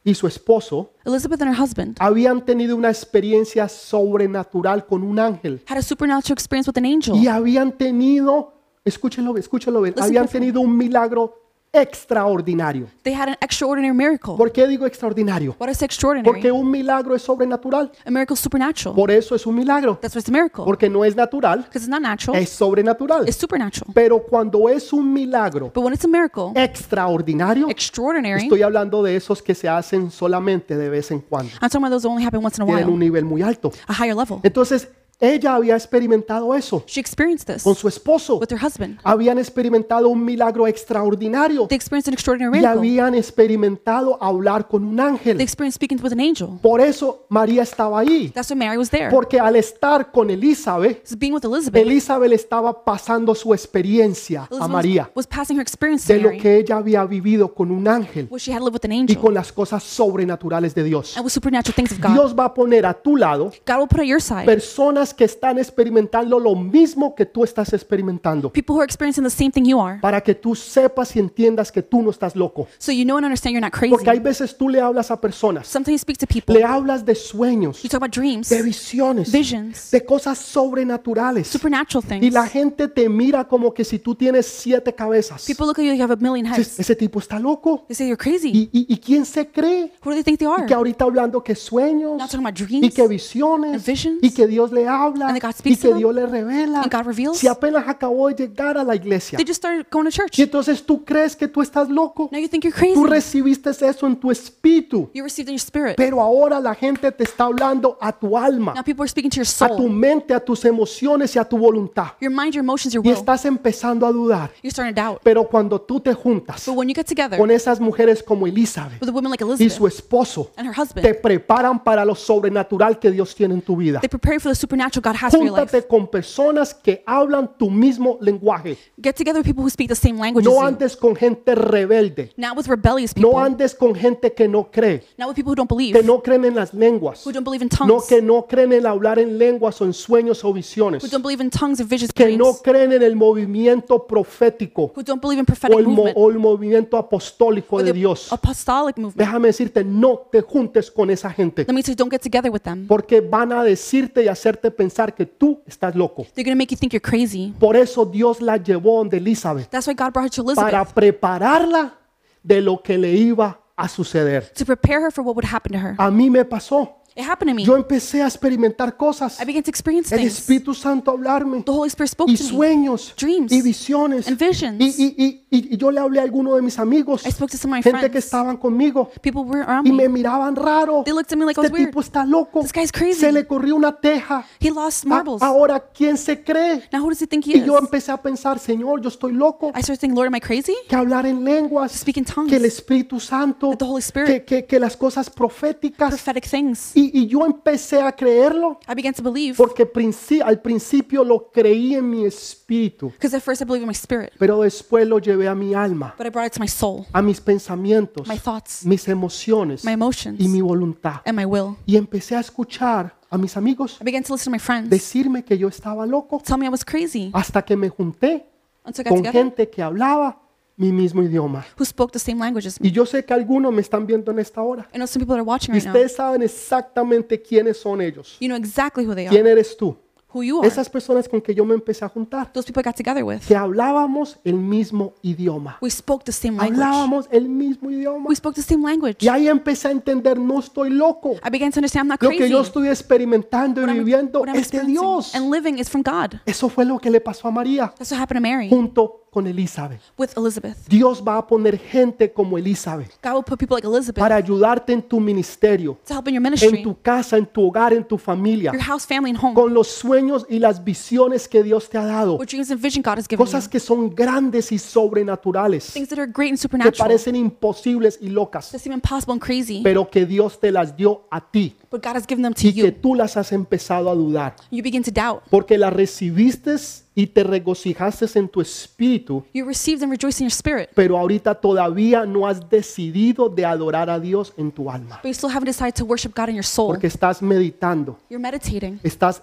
A: y su esposo,
B: Elizabeth and her husband
A: habían tenido una experiencia sobrenatural con un ángel.
B: had a supernatural experience with an angel.
A: y habían tenido, escúchenlo, bien, escúchenlo bien,
B: Listen
A: habían
B: carefully.
A: tenido un milagro extraordinario.
B: They had an extraordinary miracle.
A: ¿Por qué digo extraordinario?
B: What is extraordinary?
A: Porque un milagro es sobrenatural.
B: A miracle is supernatural.
A: Por eso es un milagro.
B: That's why it's a miracle.
A: Porque no es natural,
B: Because it's not natural.
A: es sobrenatural.
B: It's supernatural.
A: Pero cuando es un milagro
B: But when it's a miracle,
A: extraordinario,
B: extraordinary,
A: estoy hablando de esos que se hacen solamente de vez en cuando.
B: I'm talking about those that only happen once in a
A: Tienen un
B: while,
A: nivel muy alto.
B: a higher level.
A: Entonces, ella había experimentado eso
B: She experienced this
A: con su esposo.
B: with her husband.
A: Habían experimentado un milagro extraordinario.
B: They experienced an extraordinary
A: y
B: miracle.
A: habían experimentado hablar con un
B: They
A: ángel.
B: experienced speaking with an angel.
A: Por eso María estaba ahí,
B: That's why Mary was there.
A: porque al estar con Elizabeth,
B: So being with Elizabeth,
A: Elizabeth le estaba pasando su experiencia a
B: Elizabeth was,
A: María
B: was passing her experience to
A: de lo
B: Mary,
A: que ella había vivido con un ángel
B: what she had lived with an
A: y
B: angel,
A: con las cosas sobrenaturales de Dios.
B: and with supernatural things of God.
A: Dios va a poner a tu lado
B: God will put at your side
A: personas que están experimentando lo mismo que tú estás experimentando,
B: people who are experiencing the same thing you are.
A: para que tú sepas y entiendas que tú no estás loco.
B: So you know and understand you're not
A: Porque hay
B: crazy.
A: veces tú le hablas a personas,
B: Sometimes you speak to people,
A: le hablas de sueños,
B: you talk about dreams,
A: de visiones,
B: visions,
A: de cosas sobrenaturales.
B: supernatural
A: Y
B: things.
A: la gente te mira como que si tú tienes siete cabezas.
B: People look at you like you have a million
A: Dices,
B: heads.
A: Ese tipo está loco.
B: They say you're crazy.
A: ¿Y, y, y quién se cree?
B: Who do they think they are?
A: Que ahorita hablando que sueños
B: Not talking about
A: y
B: dreams
A: que
B: and
A: visiones
B: visions
A: y que Dios le habla
B: And God
A: y
B: speaks to
A: que
B: them.
A: Dios le revela.
B: And God reveals.
A: Si apenas acabó de llegar a la iglesia.
B: They just started going to church.
A: Y entonces tú crees que tú estás loco.
B: Now you think you're crazy.
A: Tú recibiste eso en tu espíritu.
B: You received in your spirit.
A: Pero ahora la gente te está hablando a tu alma,
B: Now people are speaking to your
A: a tu
B: soul,
A: mente, a tus emociones y a tu voluntad.
B: your mind, your emotions, your
A: Y
B: will.
A: estás empezando a dudar.
B: You're starting to doubt.
A: Pero cuando tú te juntas
B: But when you get together
A: con esas mujeres como Elizabeth
B: with a woman like
A: y
B: Elizabeth
A: su esposo,
B: and her
A: te
B: husband,
A: preparan para lo sobrenatural que Dios tiene en tu vida.
B: they prepare you for the supernatural God has for your life.
A: Júntate con personas que hablan tu mismo lenguaje.
B: Get together with people who speak the same language as
A: No
B: you.
A: andes con gente rebelde.
B: Not with rebellious
A: No
B: people.
A: andes con gente que no cree,
B: Not with people who don't believe,
A: que no creen en las lenguas,
B: who don't believe in
A: no
B: tongues,
A: que no creen en hablar en lenguas o en sueños o visiones.
B: who don't believe in tongues or visions,
A: que no
B: dreams,
A: creen en el movimiento profético
B: who don't believe
A: o
B: in prophetic
A: el, mo-
B: movement,
A: o el movimiento apostólico
B: or
A: de
B: the
A: Dios.
B: apostolic movement.
A: Déjame decirte, no te juntes con esa gente
B: That means you don't get together with them.
A: porque van a decirte y hacerte pensar que tú estás loco.
B: They're going to make you think you're crazy.
A: Por eso Dios la llevó donde Elizabeth
B: That's why God brought her to
A: para
B: Elizabeth
A: prepararla de lo que le iba a suceder.
B: to prepare her for what would happen to her.
A: A mí me pasó.
B: It happened to me.
A: Yo empecé a experimentar cosas.
B: I began to experience
A: El
B: things.
A: Espíritu Santo a hablarme.
B: The Holy Spirit spoke
A: y
B: to me.
A: sueños
B: Dreams.
A: y visiones
B: And visions.
A: Y, y- y- y- y yo le hablé a alguno de mis amigos
B: I spoke to some of my
A: gente que
B: friends.
A: estaban conmigo
B: People were around
A: y me
B: me.
A: miraban raro
B: They looked at me like I
A: este
B: was weird.
A: tipo está loco
B: This guy's crazy.
A: se le corrió una teja
B: He lost
A: A-
B: marbles.
A: ahora quién se cree
B: Now who does he think he
A: y yo
B: is?
A: empecé a pensar señor yo estoy loco
B: I started thinking, Lord, am I crazy?
A: que hablar en lenguas
B: Speak in tongues.
A: que el Espíritu Santo
B: That the Holy Spirit.
A: que, que- que las cosas proféticas
B: Prophetic things.
A: y, y yo empecé a creerlo
B: I began to believe
A: porque princi- al principio lo creí en mi espíritu
B: because at first I believed in my spirit,
A: pero después lo llevé a mi alma
B: but I brought it to my soul,
A: a mis pensamientos,
B: my thoughts,
A: mis emociones
B: my
A: y mi
B: emotions,
A: voluntad.
B: and my will.
A: Y empecé a escuchar a mis amigos
B: I began to listen to my friends
A: decirme que yo estaba loco
B: tell me I was crazy
A: hasta que me junté
B: until I got
A: con
B: together
A: gente que hablaba mi mismo idioma.
B: who spoke the same language as me.
A: Y yo sé que algunos me están viendo en esta hora.
B: I know some people that are watching
A: Y
B: right now.
A: ustedes saben exactamente quiénes son ellos.
B: You know exactly who they are,
A: ¿Quién eres tú?
B: who you are.
A: Esas personas con que yo me empecé a juntar,
B: Those people I got together with.
A: que hablábamos el mismo idioma.
B: We spoke the same language.
A: Hablábamos el mismo idioma.
B: We spoke the same language.
A: Y ahí empecé a entender, no estoy loco.
B: I began to understand I'm not
A: Lo que
B: crazy.
A: yo estoy experimentando y
B: What I'm-
A: viviendo
B: what I'm
A: es de
B: experiencing
A: Dios.
B: And living is from God.
A: Eso fue lo que le pasó a María
B: That's what happened to Mary
A: junto con Elizabeth.
B: with Elizabeth.
A: Dios va a poner gente como Elizabeth
B: God will put people like Elizabeth
A: para ayudarte en tu ministerio,
B: to help in your
A: en
B: ministry,
A: tu casa, en tu hogar, en tu familia,
B: your house, family, and home,
A: con los sueños y las visiones que Dios te ha dado.
B: what dreams and vision God has given
A: Cosas
B: you.
A: que son grandes y sobrenaturales,
B: Things that are great and
A: que
B: supernatural,
A: parecen imposibles y locas,
B: that seem impossible and crazy,
A: pero que Dios te las dio a ti
B: but God has given them to
A: y que
B: you.
A: tú las has empezado a dudar.
B: You begin to doubt.
A: porque la recibiste y te regocijaste en tu espíritu,
B: You received and rejoice in your spirit,
A: pero ahorita todavía no has decidido de adorar a Dios en tu alma,
B: but you still haven't decided to worship God in your soul.
A: porque estás meditando,
B: You're meditating.
A: estás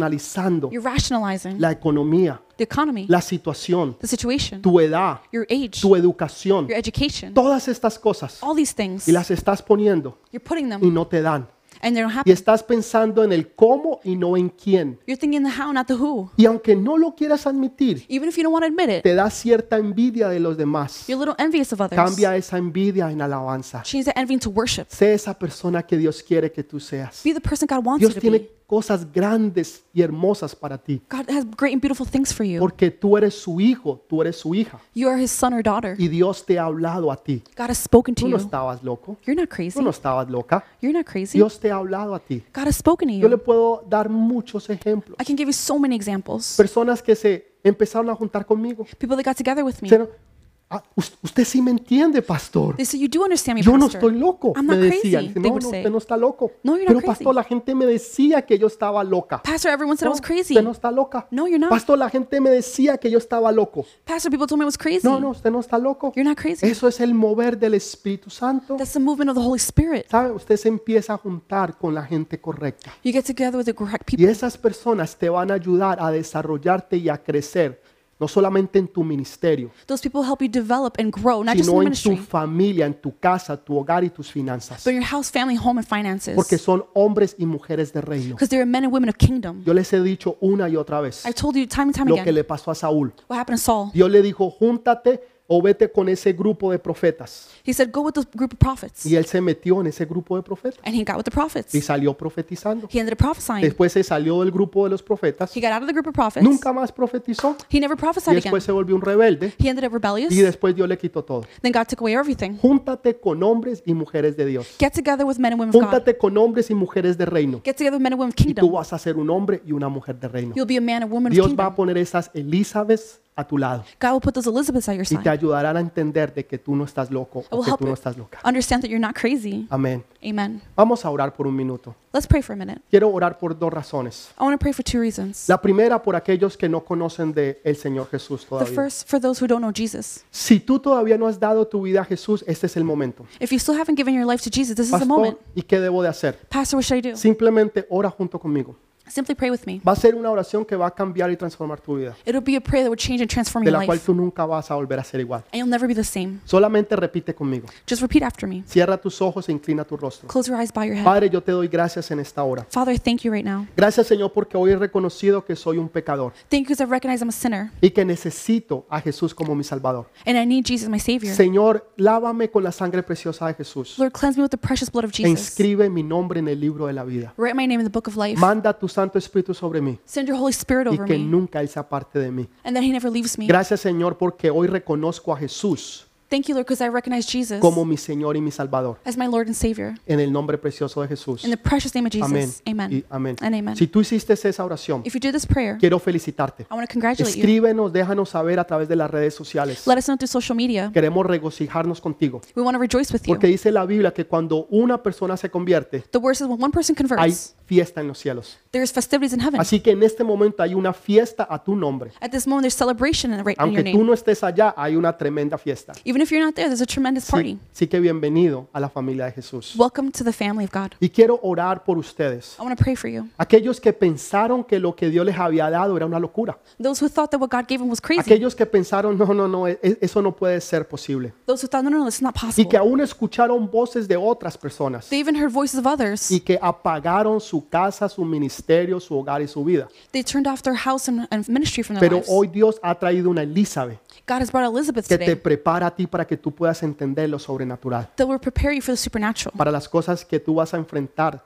A: racionalizando
B: You're rationalizing
A: la economía,
B: the economy,
A: la situación,
B: the situation,
A: tu edad,
B: your age,
A: tu educación,
B: your education,
A: todas estas cosas
B: all these things.
A: y las Mm. estás poniendo
B: You're putting them
A: y no te dan.
B: and they don't
A: Y
B: happen.
A: estás pensando en el cómo y no en quién.
B: You're thinking the how, not the who.
A: Y aunque no lo quieras admitir,
B: Even if you don't want to admit it,
A: te da cierta envidia de los demás.
B: you're a little envious of others.
A: Cambia esa envidia en alabanza.
B: Change that envy into worship.
A: Sé esa persona que Dios quiere que tú seas.
B: Be the person God wants you
A: Dios
B: to
A: tiene
B: be.
A: cosas grandes y hermosas para ti,
B: God has great and beautiful things for you.
A: porque tú eres su hijo, tú eres su hija,
B: You are his son or daughter.
A: y Dios te ha hablado a ti.
B: God has spoken to
A: Tú no
B: you.
A: estabas loco,
B: You're not
A: tú
B: crazy.
A: no estabas loca.
B: You're not crazy.
A: Dios te ha hablado a ti.
B: God has spoken to
A: Yo le
B: you.
A: puedo dar muchos ejemplos.
B: I can give you so many examples.
A: Personas que se empezaron a juntar conmigo.
B: People that got together with me,
A: Dijeron, "Ah, us- usted sí me entiende, pastor.
B: they said, You do understand me,
A: Yo no
B: Pastor.
A: estoy loco,
B: I'm
A: me
B: not
A: decían.
B: crazy,
A: Dije,
B: they
A: No, no,
B: would say.
A: usted no está loco.
B: No, you're not
A: Pero
B: crazy.
A: pastor, la gente me decía que yo estaba loca.
B: Pastor, everyone said I was crazy.
A: Usted no está loca.
B: No, you're not.
A: Pastor, la gente me decía que yo estaba loco.
B: Pastor, people told me I was crazy.
A: No, no, usted no está loco.
B: You're not crazy.
A: Eso es el mover del Espíritu Santo.
B: That's the movement of the Holy Spirit.
A: ¿Sabe? Usted se empieza a juntar con la gente correcta.
B: You get together with the correct
A: Y
B: people.
A: esas personas te van a ayudar a desarrollarte y a crecer, no solamente en tu ministerio,
B: Those people help you develop and grow, not just in
A: sino
B: the
A: en tu
B: ministry,
A: familia, en tu casa, tu hogar y tus finanzas.
B: but in your house, family, home, and
A: Porque
B: finances.
A: son hombres y mujeres de reino.
B: Because they are men and women of kingdom.
A: Yo les he dicho una y otra vez
B: I've told you time and time
A: lo que
B: again
A: le pasó a Saúl.
B: what happened to Saul.
A: Dios le dijo, júntate o vete con ese grupo de profetas.
B: He said, Go with the group of prophets.
A: Y él se metió en ese grupo de profetas
B: And he got with the prophets.
A: y salió profetizando.
B: He ended up prophesying.
A: Después se salió del grupo de los profetas,
B: He got out of the group of prophets.
A: nunca más profetizó
B: He never
A: y
B: prophesied again.
A: después se volvió un rebelde
B: He ended up rebellious.
A: y después Dios le quitó todo.
B: Then God took away everything.
A: Júntate con hombres y mujeres de Dios.
B: Get together with men and women of God.
A: Júntate con hombres y mujeres de reino
B: Get together with men and women of
A: y tú
B: kingdom.
A: vas a ser un hombre y una mujer de reino.
B: You'll be a man and woman of
A: Dios va
B: kingdom.
A: a poner esas Elizabeths a tu lado
B: God will put those Elizabeths at your
A: y te
B: side.
A: ayudarán a entender de que tú no estás loco
B: I
A: o
B: will
A: que
B: help
A: tú no
B: you
A: estás loca.
B: understand that you're not crazy.
A: Amén.
B: Amen.
A: Vamos a orar por un minuto.
B: Let's pray for a minute.
A: Quiero orar por dos razones.
B: I want to pray for two reasons.
A: La primera por aquellos que no conocen de el Señor Jesús
B: The
A: todavía.
B: first, for those who don't know Jesus.
A: Si tú todavía no has dado tu vida a Jesús, este es el momento.
B: If you still haven't given your life to Jesus, this is the
A: Pastor,
B: moment.
A: ¿y qué debo de hacer?
B: Pastor, what should I do?
A: Simplemente ora junto conmigo.
B: Simply pray with me.
A: Va a ser una oración que va a cambiar y transformar tu vida,
B: It'll be a prayer that will change and transform
A: de
B: your
A: la cual
B: life.
A: tú nunca vas a volver a ser igual.
B: And you'll never be the same.
A: Solamente repite conmigo.
B: Just repeat after me.
A: Cierra tus ojos e inclina tu rostro.
B: Close your eyes, bow your head.
A: Padre, yo te doy gracias en esta hora.
B: Father, I thank you right now.
A: Gracias, Señor, porque hoy he reconocido que soy un pecador
B: Thank you because I recognize I'm a sinner
A: y que necesito a Jesús como mi Salvador.
B: and I need Jesus, my Savior.
A: Señor, lávame con la sangre preciosa de Jesús.
B: Lord, cleanse me with the precious blood of
A: E
B: Jesus.
A: inscribe mi nombre en el libro de la vida.
B: Write my name in the book of life.
A: Manda tu Santo Espíritu sobre mí
B: Send your Holy Spirit
A: y
B: over
A: que
B: me
A: nunca Él se aparte de mí.
B: and that He never leaves me.
A: Gracias, Señor, porque hoy reconozco a Jesús
B: Thank you, Lord, because I recognize Jesus
A: como mi Señor y mi Salvador.
B: as my Lord and Savior.
A: En el nombre precioso de Jesús.
B: In the precious name of
A: Amén.
B: Jesus. Amen.
A: Y amén.
B: And amen.
A: Si tú hiciste esa oración,
B: If you did this prayer,
A: quiero felicitarte.
B: I want to congratulate you.
A: Escríbenos, déjanos saber a través de las redes sociales.
B: Let us know through social media.
A: Queremos regocijarnos contigo.
B: We want to rejoice with you.
A: Porque dice la Biblia que cuando una persona se convierte,
B: The word says when one person
A: hay
B: converts,
A: fiesta en los cielos.
B: there's festivities in heaven.
A: Así que en este momento hay una fiesta a tu nombre.
B: At this moment, there's celebration in, right, in your
A: Aunque tú
B: name.
A: no estés allá, hay una tremenda fiesta.
B: Even if you're not there, there's a tremendous
A: Sí,
B: party.
A: sí que bienvenido a la familia de Jesús.
B: Welcome to the family of God.
A: Y quiero orar por ustedes.
B: I want to pray for you.
A: Aquellos que pensaron que lo que Dios les había dado era una locura.
B: Those who thought that what God gave him was crazy.
A: Aquellos que pensaron, no, no, no, e- eso no puede ser posible.
B: Those who thought, no, no, no, this is not
A: Y
B: possible.
A: que aún escucharon voces de otras personas.
B: They even heard voices of others.
A: Y que apagaron su casa, su ministerio, su hogar y su vida.
B: They turned off their house and, and ministry from their
A: Pero
B: lives.
A: hoy Dios ha traído una Elizabeth
B: God has brought Elizabeth
A: que te
B: today
A: prepara a ti para que tú puedas entender lo sobrenatural,
B: that will prepare you for the supernatural,
A: para las cosas que tú vas a enfrentar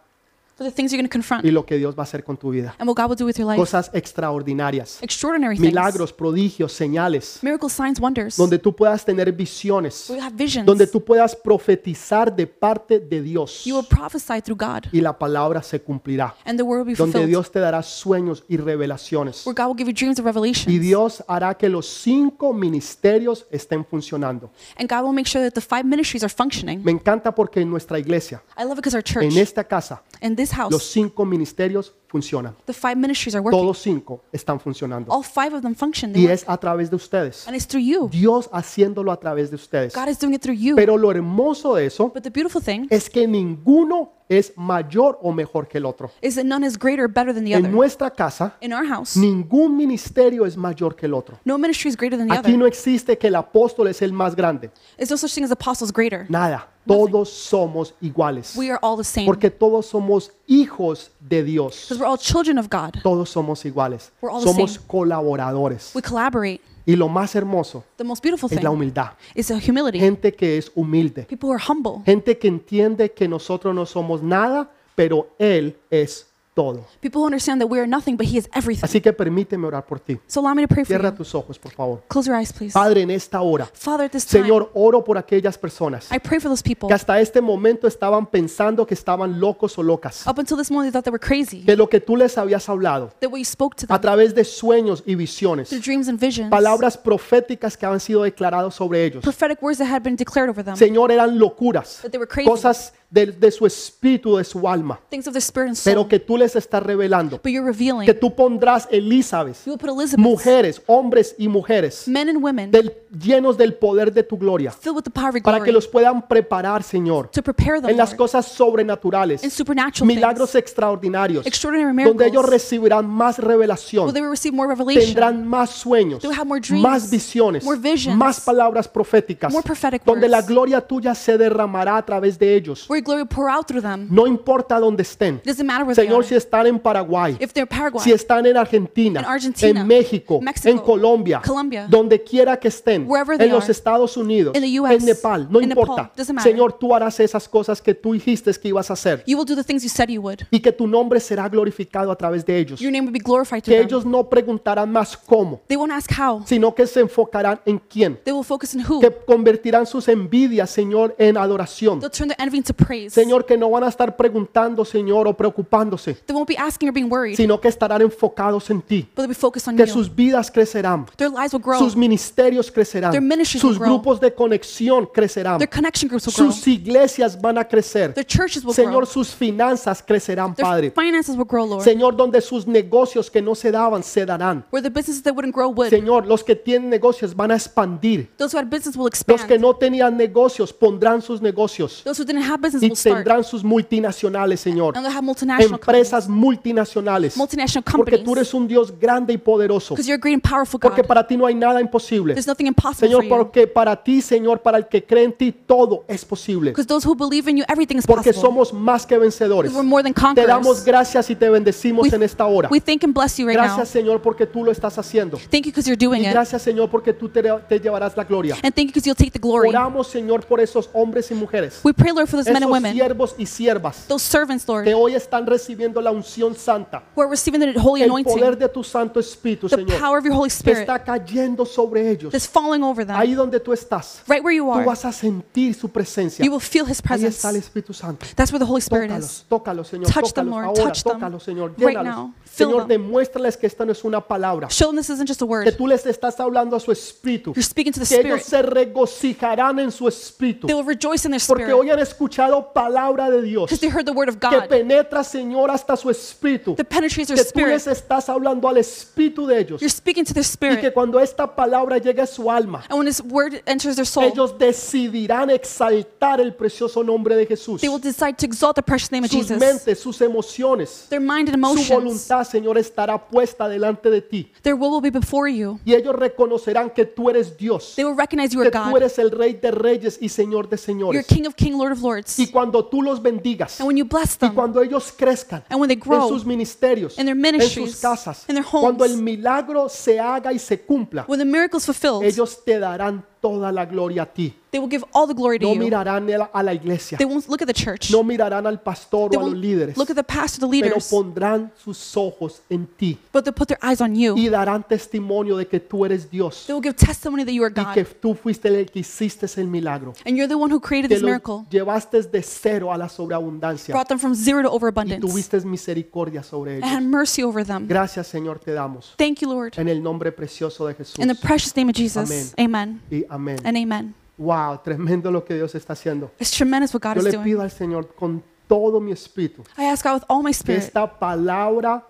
B: for the things you're going to confront,
A: y lo que Dios va a hacer con tu vida.
B: and what God will do with your life.
A: Cosas extraordinarias,
B: Extraordinary things.
A: milagros, prodigios, señales,
B: Miracles, signs, wonders.
A: donde tú puedas tener visiones,
B: We have visions.
A: donde tú puedas profetizar de parte de Dios
B: You will prophesy through God,
A: y la palabra se cumplirá,
B: and the word will be
A: donde
B: fulfilled.
A: Dios te dará sueños y revelaciones.
B: Where God will give you dreams of
A: Y
B: revelation.
A: Dios hará que los cinco ministerios estén funcionando.
B: And God will make sure that the five ministries are functioning.
A: Me encanta porque en nuestra iglesia,
B: I love it because our church,
A: en esta casa,
B: in this
A: los
B: house,
A: cinco ministerios funcionan.
B: the five ministries are working.
A: Todos cinco están funcionando.
B: All five of them function. They
A: Y
B: work.
A: es a través de ustedes.
B: And it's through you.
A: Dios haciéndolo a través de ustedes.
B: God is doing it through you.
A: Pero lo hermoso de eso
B: But the beautiful thing
A: es que ninguno es mayor o mejor que el otro.
B: is that none is greater or better than the
A: En
B: other.
A: nuestra casa,
B: In our house,
A: ningún ministerio es mayor que el otro.
B: no ministry is greater than the
A: Aquí
B: other.
A: no existe que el apóstol es el más grande.
B: There's no such thing as apostles greater.
A: Nada. Todos somos iguales.
B: We are all the same.
A: Porque todos somos hijos de Dios.
B: Because we're all children of God.
A: Todos somos iguales.
B: We're all the
A: Somos
B: same.
A: colaboradores.
B: We collaborate.
A: Y lo más hermoso
B: The most beautiful
A: es la
B: thing
A: humildad.
B: is a humility.
A: Gente que es humilde.
B: People who are humble.
A: Gente que entiende que nosotros no somos nada, pero Él es todo.
B: People who understand that we are nothing, but He is everything.
A: Así que permíteme orar por ti.
B: So allow me to pray for
A: Cierra
B: you.
A: tus ojos, por favor.
B: Close your eyes, please.
A: Padre, en esta hora,
B: Father, at this time,
A: Señor, oro por aquellas personas
B: I pray for those people.
A: que hasta este momento estaban pensando que estaban locos o locas.
B: Up until this moment, they thought they were crazy.
A: Que lo que tú les habías hablado
B: That what you spoke to
A: a
B: them,
A: través de sueños y visiones,
B: their dreams and visions,
A: palabras proféticas que han sido declaradas sobre ellos,
B: prophetic words that had been declared over them,
A: Señor, eran locuras,
B: that they were crazy,
A: cosas de, de su espíritu, de su alma,
B: things of their spirit and
A: pero
B: soul.
A: que tú les estás revelando.
B: But you're revealing.
A: que tú pondrás Elizabeth,
B: You will put Elizabeth,
A: mujeres, hombres y mujeres,
B: men and women,
A: del- llenos del poder de tu gloria,
B: filled with the power of your
A: para que
B: glory,
A: los puedan preparar, Señor,
B: to prepare them
A: en las
B: Lord,
A: cosas sobrenaturales,
B: in supernatural
A: milagros
B: things,
A: extraordinarios,
B: extraordinary
A: donde ellos
B: miracles.
A: recibirán más
B: Will
A: revelación,
B: they will receive more revelation?
A: tendrán más sueños,
B: They'll have more dreams,
A: más visiones,
B: more visions,
A: más palabras proféticas,
B: more prophetic
A: donde la
B: words.
A: gloria tuya se derramará a través de ellos,
B: Where your glory pour out through them.
A: No importa dónde estén.
B: It doesn't matter where
A: Señor,
B: they
A: si
B: are.
A: están en Paraguay,
B: If they're Paraguay,
A: si están en Argentina,
B: In Argentina,
A: en México,
B: Mexico,
A: en Colombia,
B: Colombia,
A: donde quiera que estén,
B: wherever they
A: en los
B: are,
A: Estados Unidos,
B: in the US,
A: en Nepal, no
B: in
A: importa.
B: Nepal, doesn't matter.
A: Señor, tú harás esas cosas que tú dijiste que ibas a hacer
B: you will do the things you said you would.
A: y que tu nombre será glorificado a través de ellos.
B: Your name will be glorified
A: Que
B: through them.
A: ellos no preguntarán más cómo,
B: They won't ask how.
A: sino que se enfocarán en quién.
B: They will focus on who.
A: Que convertirán sus envidias, Señor, en adoración.
B: They'll turn their envy into praise.
A: Señor, que no van a estar preguntando, Señor, o preocupándose,
B: They won't be asking or being worried,
A: sino que estarán enfocados en ti.
B: but they'll be focused on
A: Que
B: you.
A: sus vidas crecerán.
B: Their lives will grow.
A: sus ministerios crecerán,
B: Their ministries
A: sus
B: will grow.
A: grupos de conexión crecerán,
B: Their connection groups will grow.
A: sus iglesias van a crecer,
B: Their churches will grow.
A: Señor, sus finanzas crecerán,
B: Their
A: Padre,
B: finances will grow, Lord.
A: Señor, donde sus negocios que no se daban se darán,
B: Where the businesses that wouldn't grow would.
A: Señor, los que tienen negocios van a expandir,
B: Those who had business will
A: los que
B: expand.
A: no tenían negocios pondrán sus negocios
B: Those who didn't have business
A: y
B: will start.
A: tendrán sus multinacionales, Señor,
B: And they'll have multinational companies.
A: empresas multinacionales,
B: Multinational
A: porque tú
B: companies.
A: eres un Dios grande y poderoso,
B: Because you're a great and powerful
A: porque
B: God.
A: para ti no hay nada imposible.
B: There's nothing impossible for
A: Señor,
B: you.
A: porque para ti, Señor, para el que cree en ti, todo es posible.
B: Because those who believe in you, everything is
A: Porque
B: possible.
A: somos más que vencedores.
B: Because we're more than
A: Te damos
B: conquerors.
A: gracias y te bendecimos
B: Pues, We-
A: en esta hora.
B: We thank and bless you right now.
A: Gracias, Señor, porque tú lo estás haciendo.
B: Thank you because you're doing
A: Y
B: it.
A: gracias, Señor, porque tú te, te llevarás la gloria.
B: And thank you because you'll take the glory.
A: Oramos, Señor, por esos hombres y mujeres,
B: We pray, Lord, for those men and
A: esos
B: women,
A: siervos y siervas
B: those servants, Lord,
A: que hoy están recibiendo la unción santa,
B: who are receiving the holy
A: el poder
B: anointing,
A: de tu Santo Espíritu,
B: the
A: Señor,
B: power of your Holy
A: que
B: Spirit
A: está cayendo sobre ellos.
B: that's falling over them.
A: Ahí donde tú estás,
B: Right where you
A: tú
B: are,
A: vas a sentir su presencia.
B: you will feel His
A: Ahí
B: presence.
A: está el Espíritu Santo.
B: That's where the Holy Spirit is.
A: Tócalos, tócalos, Señor.
B: Touch them,
A: Tócalos
B: Lord.
A: ahora,
B: Touch them.
A: tócalos, Señor.
B: Right
A: Llénalos.
B: now. Fill
A: Señor,
B: them.
A: demuéstrales que esta no es una palabra.
B: Show them this isn't just a
A: Que
B: word.
A: tú les estás hablando a su espíritu.
B: You're speaking to the
A: Que ellos
B: Spirit.
A: se regocijarán en su espíritu.
B: They will rejoice in their
A: Porque
B: spirit
A: hoy han escuchado palabra de Dios.
B: because they heard the word of
A: Que
B: God
A: penetra, Señor, hasta su espíritu.
B: that penetrates their
A: Que tú les
B: spirit.
A: estás hablando al espíritu de ellos.
B: You're speaking to their
A: Y que
B: spirit.
A: cuando esta palabra llegue a su alma,
B: And when His word enters their soul,
A: ellos decidirán exaltar el precioso nombre de Jesús.
B: they will decide to exalt the precious name of
A: Sus
B: Jesus.
A: mentes, sus emociones.
B: Their mind and
A: Su
B: emotions,
A: voluntad, Señor, estará puesta delante de ti.
B: their will will be before you.
A: Y ellos reconocerán que tú eres Dios,
B: They will recognize you are
A: que tú
B: God.
A: eres el Rey de Reyes y Señor de
B: You're
A: Señores.
B: King of King, Lord of Lords.
A: Y cuando tú los bendigas,
B: And when you bless
A: y
B: them,
A: cuando ellos crezcan
B: and when they
A: en
B: grow,
A: sus ministerios,
B: in their
A: en sus
B: ministries,
A: casas,
B: in their homes.
A: cuando el milagro se haga y se cumpla,
B: when the miracle is fulfilled,
A: ellos te darán toda la gloria a ti.
B: they will give all the glory to
A: No
B: you.
A: mirarán a la- a la iglesia,
B: They won't look at the church.
A: no mirarán al pastor
B: They
A: o a los
B: won't
A: líderes,
B: look at the pastor, the
A: pero
B: leaders,
A: pondrán sus ojos en ti
B: but they'll put their eyes on you.
A: y darán testimonio de que tú eres Dios.
B: They will give testimony that you are
A: y que
B: God.
A: tú fuiste el que hiciste el milagro.
B: And you're the one who created
A: Que
B: this
A: lo
B: miracle,
A: llevaste de cero a la sobreabundancia
B: brought them from zero to
A: y
B: overabundance,
A: tuviste misericordia sobre
B: and
A: ellos.
B: had mercy over them.
A: Gracias, Señor, te damos
B: Thank you, Lord.
A: en el nombre precioso de Jesús.
B: In the precious name of Jesus, amen
A: Y amén.
B: and amen.
A: Wow, tremendo lo que Dios está haciendo.
B: It's tremendous what God
A: Yo
B: is
A: le
B: doing.
A: pido al Señor con todo mi espíritu
B: I ask God with all my
A: que
B: spirit
A: esta palabra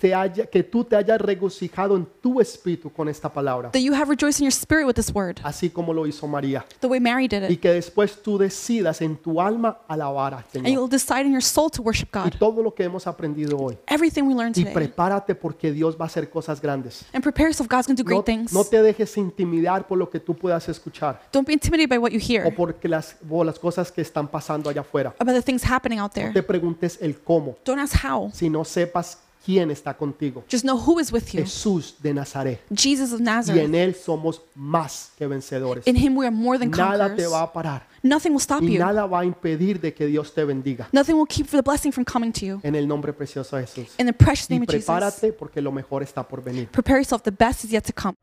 A: te haya, que tú te hayas regocijado en tu espíritu con esta palabra,
B: that you have rejoiced in your spirit with this word,
A: así como lo hizo María,
B: the way Mary did
A: y
B: it.
A: que después tú decidas en tu alma alabar al
B: And
A: Señor.
B: you'll decide in your soul to worship
A: y
B: God.
A: todo lo que hemos aprendido hoy.
B: Everything we learned
A: Y
B: today.
A: prepárate porque Dios va a hacer cosas grandes.
B: And prepare yourself. God's going to do
A: No,
B: great things.
A: no te dejes intimidar por lo que tú puedas escuchar
B: Don't be intimidated by what you
A: o
B: hear,
A: por las, o las cosas que están pasando allá afuera.
B: about the things happening out there.
A: No te preguntes el cómo,
B: Don't ask how.
A: si no sepas quién está contigo.
B: Just know who is with you.
A: Jesús de Nazaret.
B: Jesus of
A: Y en
B: Nazareth.
A: Él somos más que vencedores.
B: In him we are more than
A: Nada te
B: conquerors.
A: va a parar
B: Nothing will stop
A: y
B: you.
A: nada va a impedir de que Dios te bendiga
B: Nothing will keep the blessing from coming to you.
A: en el nombre precioso de Jesús.
B: In the precious
A: Y
B: name of Jesus,
A: prepárate porque lo mejor está por venir.
B: prepare yourself. The best is yet to come.